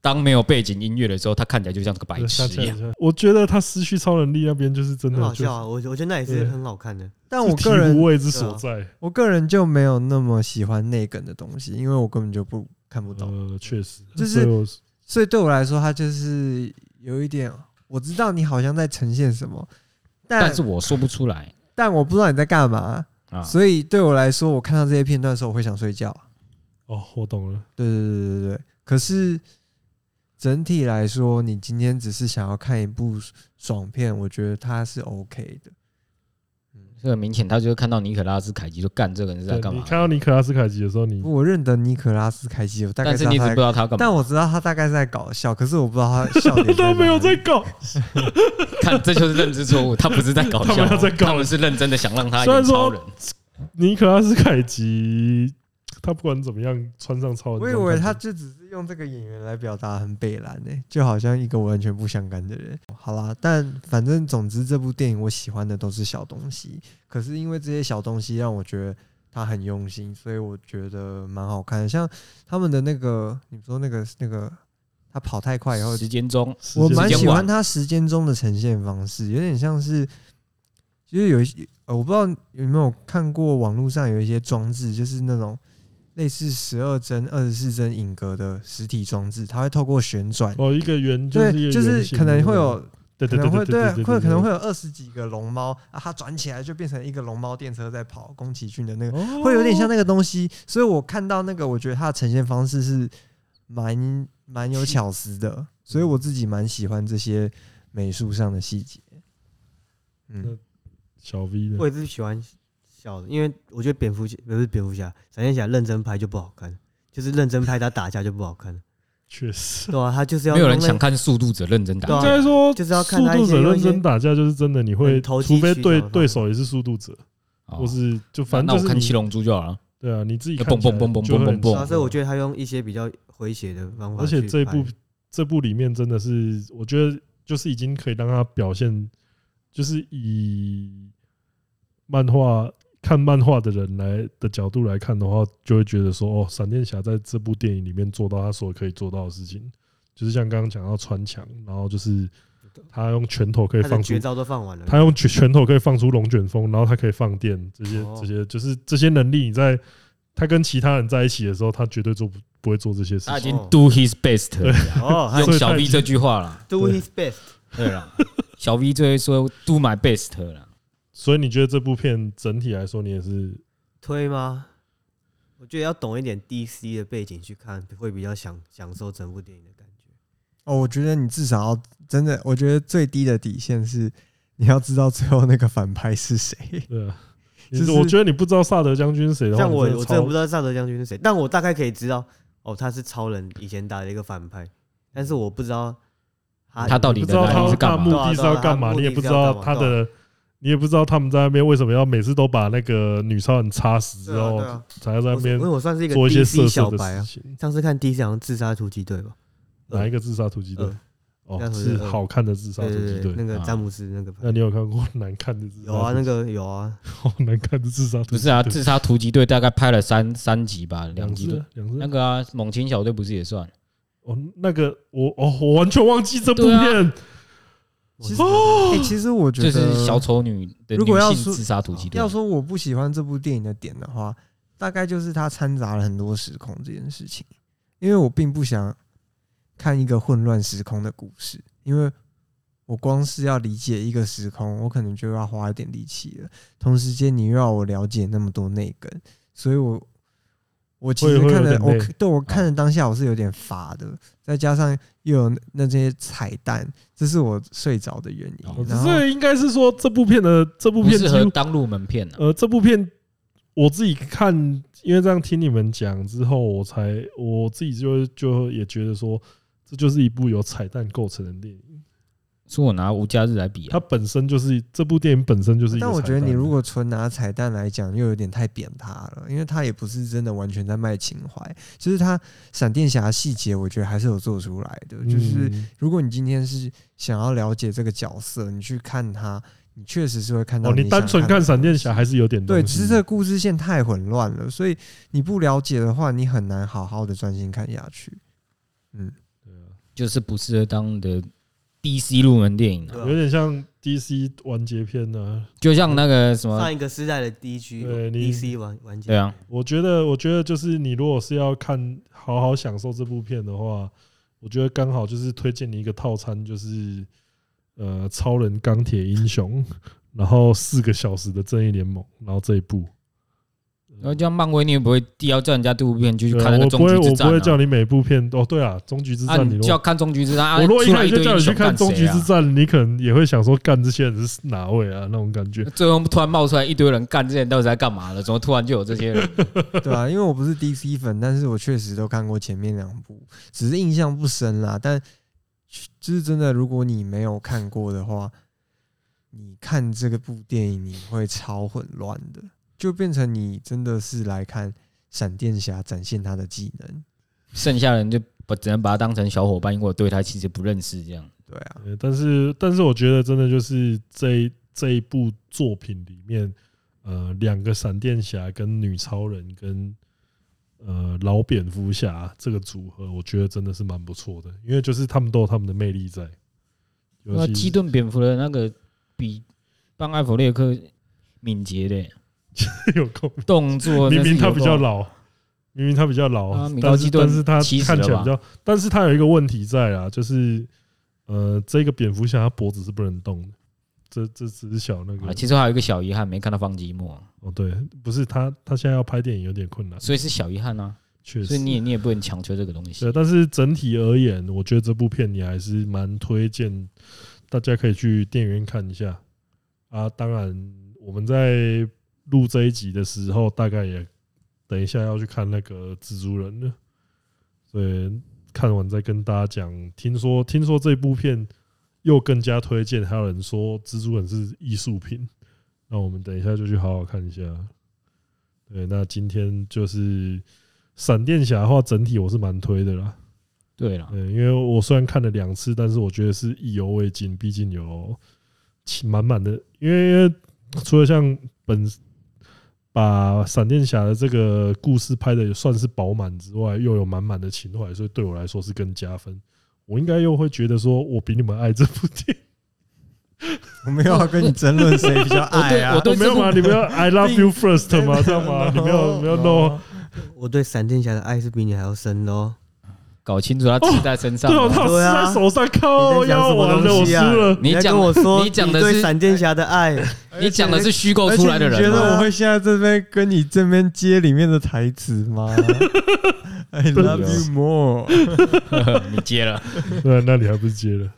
C: 当没有背景音乐的时候，他看起来就像个白
A: 对
C: 痴
A: 想起
C: 一
A: 来
C: 样。
A: 想起来我觉得他失去超能力那边就是真的
E: 很好
A: 就
E: 笑啊！我我觉得那也是很好看的。
D: 但我
A: 是
D: 个人
A: 体无味之所在。
D: 我个人就没有那么喜欢内梗的东西，因为我根本就不看不
C: 嗯
D: 懂，
A: 呃，确实，
D: 就是
A: 所以我
D: 所以对我来说，它就是有一点，我知道你好像在呈现什么，但
C: 但是我说不出来
D: 但我不知道你在干嘛，
C: 啊，
D: 所以对我来说，我看到这些片段的时候，我会想睡觉。啊
A: 哦，我懂了。
D: 对对对对对对。可是整体来说，你今天只是想要看一部爽片，我觉得它是 OK 的。嗯，
C: 这个很明显，他就是看到尼可拉斯凯奇就干这个人是在
A: 对
C: 干
A: 你
C: 嘛，
A: 看到尼可拉斯凯奇的时候，你
D: 我认得尼可拉斯凯奇，我大
C: 嗯
D: 概
C: 但
D: 知
C: 是
D: 道
C: 你一直
D: 他
C: 不知
D: 在
C: 道他干
D: 但
C: 嘛。
D: 我知道他大概是在搞笑，可是我不知道他
C: <laughs>
D: 笑点在
A: 都没有
D: 哪
A: 在
D: 里
A: 搞，
C: 看，这就是认知错误，他不是在搞
A: <laughs> 他
C: 笑
A: 们要在，搞
C: 他们是认真的想让他
A: 虽然
C: 演
A: 说
C: 超人。
A: 尼可拉斯凯奇，他不管怎么样穿上超人
D: 我以
A: 装
D: 为
A: 看起
D: 他
A: 来，
D: 就只是用这个演员来表达很北蓝呢、就好像一个完全不相干的人。好啦，但反正总之这部电影我喜欢的都是小东西，可是因为这些小东西让我觉得他很用心，所以我觉得蛮好看的。像他们的那个，你说那个那个，他跑太快以后，
C: 时间中，
A: 时
D: 我
A: 间
D: 蛮
A: 管
D: 喜欢他时间中的呈现方式，有点像是，就是有一些呃，我不知道有没有看过网络上有一些装置，就是那种类似十二帧、二十四帧影格的实体装置，它会透过旋转，
A: 哦一个圆，
D: 对，
A: 就
D: 就
A: 是是一个圆形
D: 可能
A: 的
D: 会有，
A: 对对
D: 可
A: 对
D: 能
A: 对
D: 会
A: 对
D: 会可能会
A: 有
D: 有二十几个龙猫啊，它转起来就变成一个龙猫电车在跑，宫崎骏的那个。会有点
A: 哦
D: 像那个东西，所以我看到那个，我觉得它的呈现方式是蛮蛮有巧思的，所以我自己蛮喜欢这些美术上的细节。嗯，
A: 小 V 的
E: 我也是喜欢小的，因为我觉得蝙蝠侠不是蝙蝠侠，闪电侠认真拍就不好看，就是认真拍他打架就不好
A: <laughs>
E: 看了，
A: 确实。
E: <laughs> 对啊，他就是要
C: 没有人
E: 弄那
C: 想看速度者认真打
E: 对
A: 应
E: 啊
C: 架，
A: 该说，
E: 就是要看
A: 速
E: 他一
A: 度
E: 些
A: 者
E: 有一
A: 认
E: 些
A: 真打架，就是真的，你会
E: 很投
A: 除
E: 机
A: 非
E: 取巧
A: 对
E: 的方
A: 对
E: 式
A: 手也是速度者，
C: 哦
A: 或是就反
C: 那
A: 正
C: 我
A: 就
C: 看
A: 是
C: 七
A: 你
C: 龙珠就好了。
A: 对啊，你自己
C: 那
A: 看起来
C: 蹦蹦蹦
A: 就
C: 蹦
A: 会
C: 蹦蹦
A: 很
E: 啊所以我觉
A: 得，
E: 得他用一些比较诙谐的方法
A: 而
E: 去拍，
A: 且这部这部里面真的是，我觉得就是已经可以让他表现，就是以漫画看漫画的人来的角度来看的话，就会觉得说，哦，闪电侠在这部电影里面做到他所可以做到的事情，就是像刚刚讲到穿墙，然后就是他用拳头可以
E: 他的
A: 放出
E: 绝招都放完了，
A: 他用拳拳头可以放出龙卷风，然后他可以放电，这些
E: 哦
A: 这些就是这些能力，你在他跟其他人在一起的时候，他绝对做不不会做这些事
E: 啊
C: 他已
A: 情。
C: 经 do his best 了，
E: 哦他
A: 所
C: 用
A: 以
C: 小
A: 他已
C: V
A: 经
C: 这句话了。
E: ，do
A: 对
E: his best，
C: 对了， <laughs> 小 V 最会说 do my best 了。
A: 所以你觉得这部片整体来说，你也是
E: 推吗？我觉得要懂一点 DC 的背景去看，会比较享享受整部电影的感觉。
D: 哦，我觉得你至少要真的，我觉得最低的底线是你要知道最后那个反派是谁。
A: 对啊？你
D: 就是
A: 是我觉得你不知道萨德将军是谁的话，
E: 像我，
A: 你
E: 我真
A: 真
E: 的
A: 的
E: 不知
A: 道。
E: 道萨德将军是谁，但我大概可以知道，哦，他是超人以前打的一个反派，但是我不知道他
C: 他到底
A: 你不知
C: 在
A: 道
C: 哪里
A: 他
C: 是干
A: 他
C: 嘛
A: 目的是要干嘛，
E: 对啊对啊他目的
A: 你也不知道他
E: 是要
A: 的，你也不知道他们在那边为什么要每次都把那个女超人插死之
E: 对啊
A: 后
E: 对，啊，
A: 才要在
E: 我
A: 那
E: 是因
A: 边
E: 为我算是一个
A: 做一些
E: DC
A: 色
E: 小
A: 色的
E: 白
A: 事
E: 啊。
A: 情。
E: 上次看 DC 好像自杀突击队吧，
A: 哪一个自杀突击队
E: 呃？
A: 哦，
E: 那
A: 是
E: 是呃
A: 好看的自杀
E: 对
A: 突击
E: 对对，
A: 队。
E: 那个
C: 啊
E: 詹姆斯那个
A: 那你有看过难看的自杀？
E: 有啊，
A: <laughs>
E: 那个有啊，
A: 好哦难看的自杀突
C: 不
A: 击
C: 是啊，
A: 队
C: 自杀突击队大概拍了三三集吧，两
A: 两
C: 集
A: 只
C: 都
A: 啊两只
C: 那
A: 啊。
C: 个啊，猛禽小队不是也算？
A: 哦，那个我哦，我完全忘记这部
C: 对啊
A: 片。
D: 其实，
A: 哦，
D: 哎、其实我觉
C: 就
D: 得
C: 是小丑女的
D: 如
C: 女
D: 果要
C: 性
D: 说
C: 自杀突击队
D: 哦要。说我不喜欢这部电影的点的话，大概就是它掺杂了很多时空这件事情，因为我并不想看一个混乱时空的故事，因为我光是要理解一个时空，我可能就要花一点力气了。同时间，你又要我了解那么多内梗，所以我我其实
A: 会会有
D: 看的
A: 点
D: 我
A: 累
D: 对我看的当下我是有点乏的，再加上又有那那些彩蛋，这是我睡着的原因。然后
A: 哦这应该是说这部片的这部
C: 不
A: 片几
C: 适合
A: 乎
C: 当入门片啊，
A: 呃，这部片我自己看，因为这样听你们讲之后，我才我自己就就也觉得说，这就是一部由彩蛋构成的电影。
C: 说我拿无家日来比啊
A: 它，本身就是这部电影本身就是一个
D: 但
A: 彩蛋。
D: 我觉得你如果纯拿彩蛋来讲，又有点太扁他了，因为他也不是真的完全在卖情怀，就是他闪电侠细节，我觉得还是有做出来的。就是
A: 嗯
D: 如果你今天是想要了解这个角色，你去看他，你确实是会看到
A: 哦，你单纯
D: 想
A: 看
D: 的
A: 闪电
D: 东西
A: 侠还是有点
D: 对，
A: 东
D: 只
A: 西
D: 是这个故事线太混乱了，所以你不了解的话，你很难好好的专心看下去。嗯，
A: 对啊
C: 就是不适合当的 DC 入门电影啊，
E: 对啊
A: 有点像 DC 完结篇啊呢、
C: 就像那个什么
E: 上，一个时代的 DG
A: 对你
E: DC 玩玩家
C: 对啊，
A: 我觉得，我觉得就是你如果是要看好好享受这部片的话，我觉得刚好就是推荐你一个套餐，就是呃，超人、 <laughs> 钢铁英雄，然后四个小时的正义联盟，然后这一部
C: 然后像漫威，你也不会第要叫人家第五部片就去看那
A: 对啊
C: 个《
A: 我不
C: 终
A: 会，
C: 局
A: 我
C: 之
A: 不
C: 战
A: 会》叫
C: 啊。
A: 你每部片哦。对啊，《终局之
C: 啊，
A: 战》
C: 你
A: 你
C: 就要看《终局之战》啊，
A: 我如果一
C: 出来
A: 开始
C: 一堆
A: 就叫
C: 英
A: 你去
C: 雄
A: 看《
C: 干
A: 终
C: 谁
A: 局之
C: 啊？
A: 战》，你可能也会想说，干这些人是哪位啊？那种感觉。
C: <laughs> 最后突然冒出来一堆人干，这些人到底在干嘛了？怎么突然就有这些人？
D: <laughs> 对啊，因为我不是 DC 粉，但是我确实都看过前面两部，只是印象不深啦。但就是真的，如果你没有看过的话，你看这个部电影，你会超混乱的，就变成你真的是来看闪电侠展现他的技能。
C: 剩下的人就把只能把他当成小伙伴，因为我对他其实不认识这样。
D: 对啊，
A: 对但是，但是我觉得真的就是这一这一部作品里面，呃，两个闪电侠跟女超人跟呃老蝙蝠侠这个组合，我觉得真的是蛮不错的，因为就是他们都有他们的魅力在。尤
C: 那
A: 其
C: 基顿蝙蝠的那个比帮艾弗列克敏捷的
A: <laughs> 有空，
C: 动作，
A: 明
C: 真是
A: 明他
C: 有
A: 比较
C: 够
A: 老，明明他比较老
C: 啊，米高
A: 但
C: 基
A: 是
C: 顿
A: 但是他
C: 七十
A: 看起
C: 了
A: 来
C: 吧
A: 比较，但是他有一个问题在啊，就是呃，这个蝙蝠侠他脖子是不能动的，这这只是小那
C: 啊。
A: 个
C: 其实我还有一个小遗憾，没看到方吉莫，
A: 哦，对，不是他，他现在要拍电影有点困难，
C: 所以是小遗憾啊。
A: 确
C: 所
A: 实
C: 以。你也你也不能强求这个东西
A: 对，。但是整体而言，我觉得这部片你还是蛮推荐，大家可以去电影院看一下啊。当然，我们在录这一集的时候，大概也等一下要去看那个蜘蛛人了，所以看完再跟大家讲。听说听说这部片又更加推荐，还有人说蜘蛛人是艺术品，那我们等一下就去好好看一下。对，那今天就是闪电侠的话，整体我是蛮推的啦。
C: 对
E: 啊
C: 了，
A: 嗯，因为我虽然看了两次，但是我觉得是意犹未尽，毕竟有其满满的，因为因为除了像本把闪电侠的这个故事拍的也算是饱满之外，又有满满的情怀，所以对我来说是更加分。我应该又会觉得说，我比你们爱这部电
E: <laughs>
A: 影，
D: 我没有要跟你争论谁比较爱
C: <laughs>
D: 啊
C: 我，对
A: 哎哦没有吗？你
E: <laughs>
A: 们要 I love you first 吗？这样
E: 啊
A: 吗？你没有没有
E: 哦
A: no？
E: 我对闪电侠的爱是比你还要深的哦。
C: 搞清楚他刺在身
A: <laughs>
C: 上
A: 对，我
C: 啊。
A: 操，撕
E: 对啊
A: 在手上
E: 你
A: 靠
E: 在讲
A: 腰
E: 什么
A: 完哦了，我
E: 东
A: 输
E: 西啊
A: 了。
C: 你
E: 还
C: 讲
E: 跟我说，
C: 你讲的
E: 对
C: 是
E: 闪电侠的
A: <laughs>
E: 爱，
A: 啊
C: 你讲的是虚构
D: 而
C: 出
D: 且
C: 来的
D: 你
C: 人啊
D: 觉
C: 吗，
D: 得我会现在这边跟你这边接里面的台词
C: <laughs>
D: 吗？I love you more。
C: 你接了。
A: 对，那你还不是接了？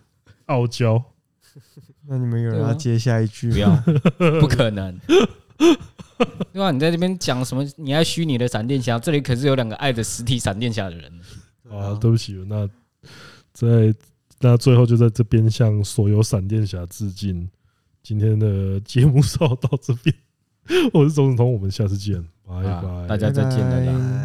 A: 傲娇，
D: 那你们有人要
C: 对啊
D: 接下一句
C: 不
D: 吗？
C: 要， <laughs> 不可能。对啊吧？你在这边讲什么？你爱虚拟的闪电侠，这里可是有两个爱着实体闪电侠的人。
A: 啊，对不起，那在那最后就在这边向所有闪电侠致敬。今天的节 <laughs> 目就到这边，我是钟子彤，我们下次见，拜
C: 啊
A: 拜，
C: 大家再见了啦
D: 拜拜
E: 哎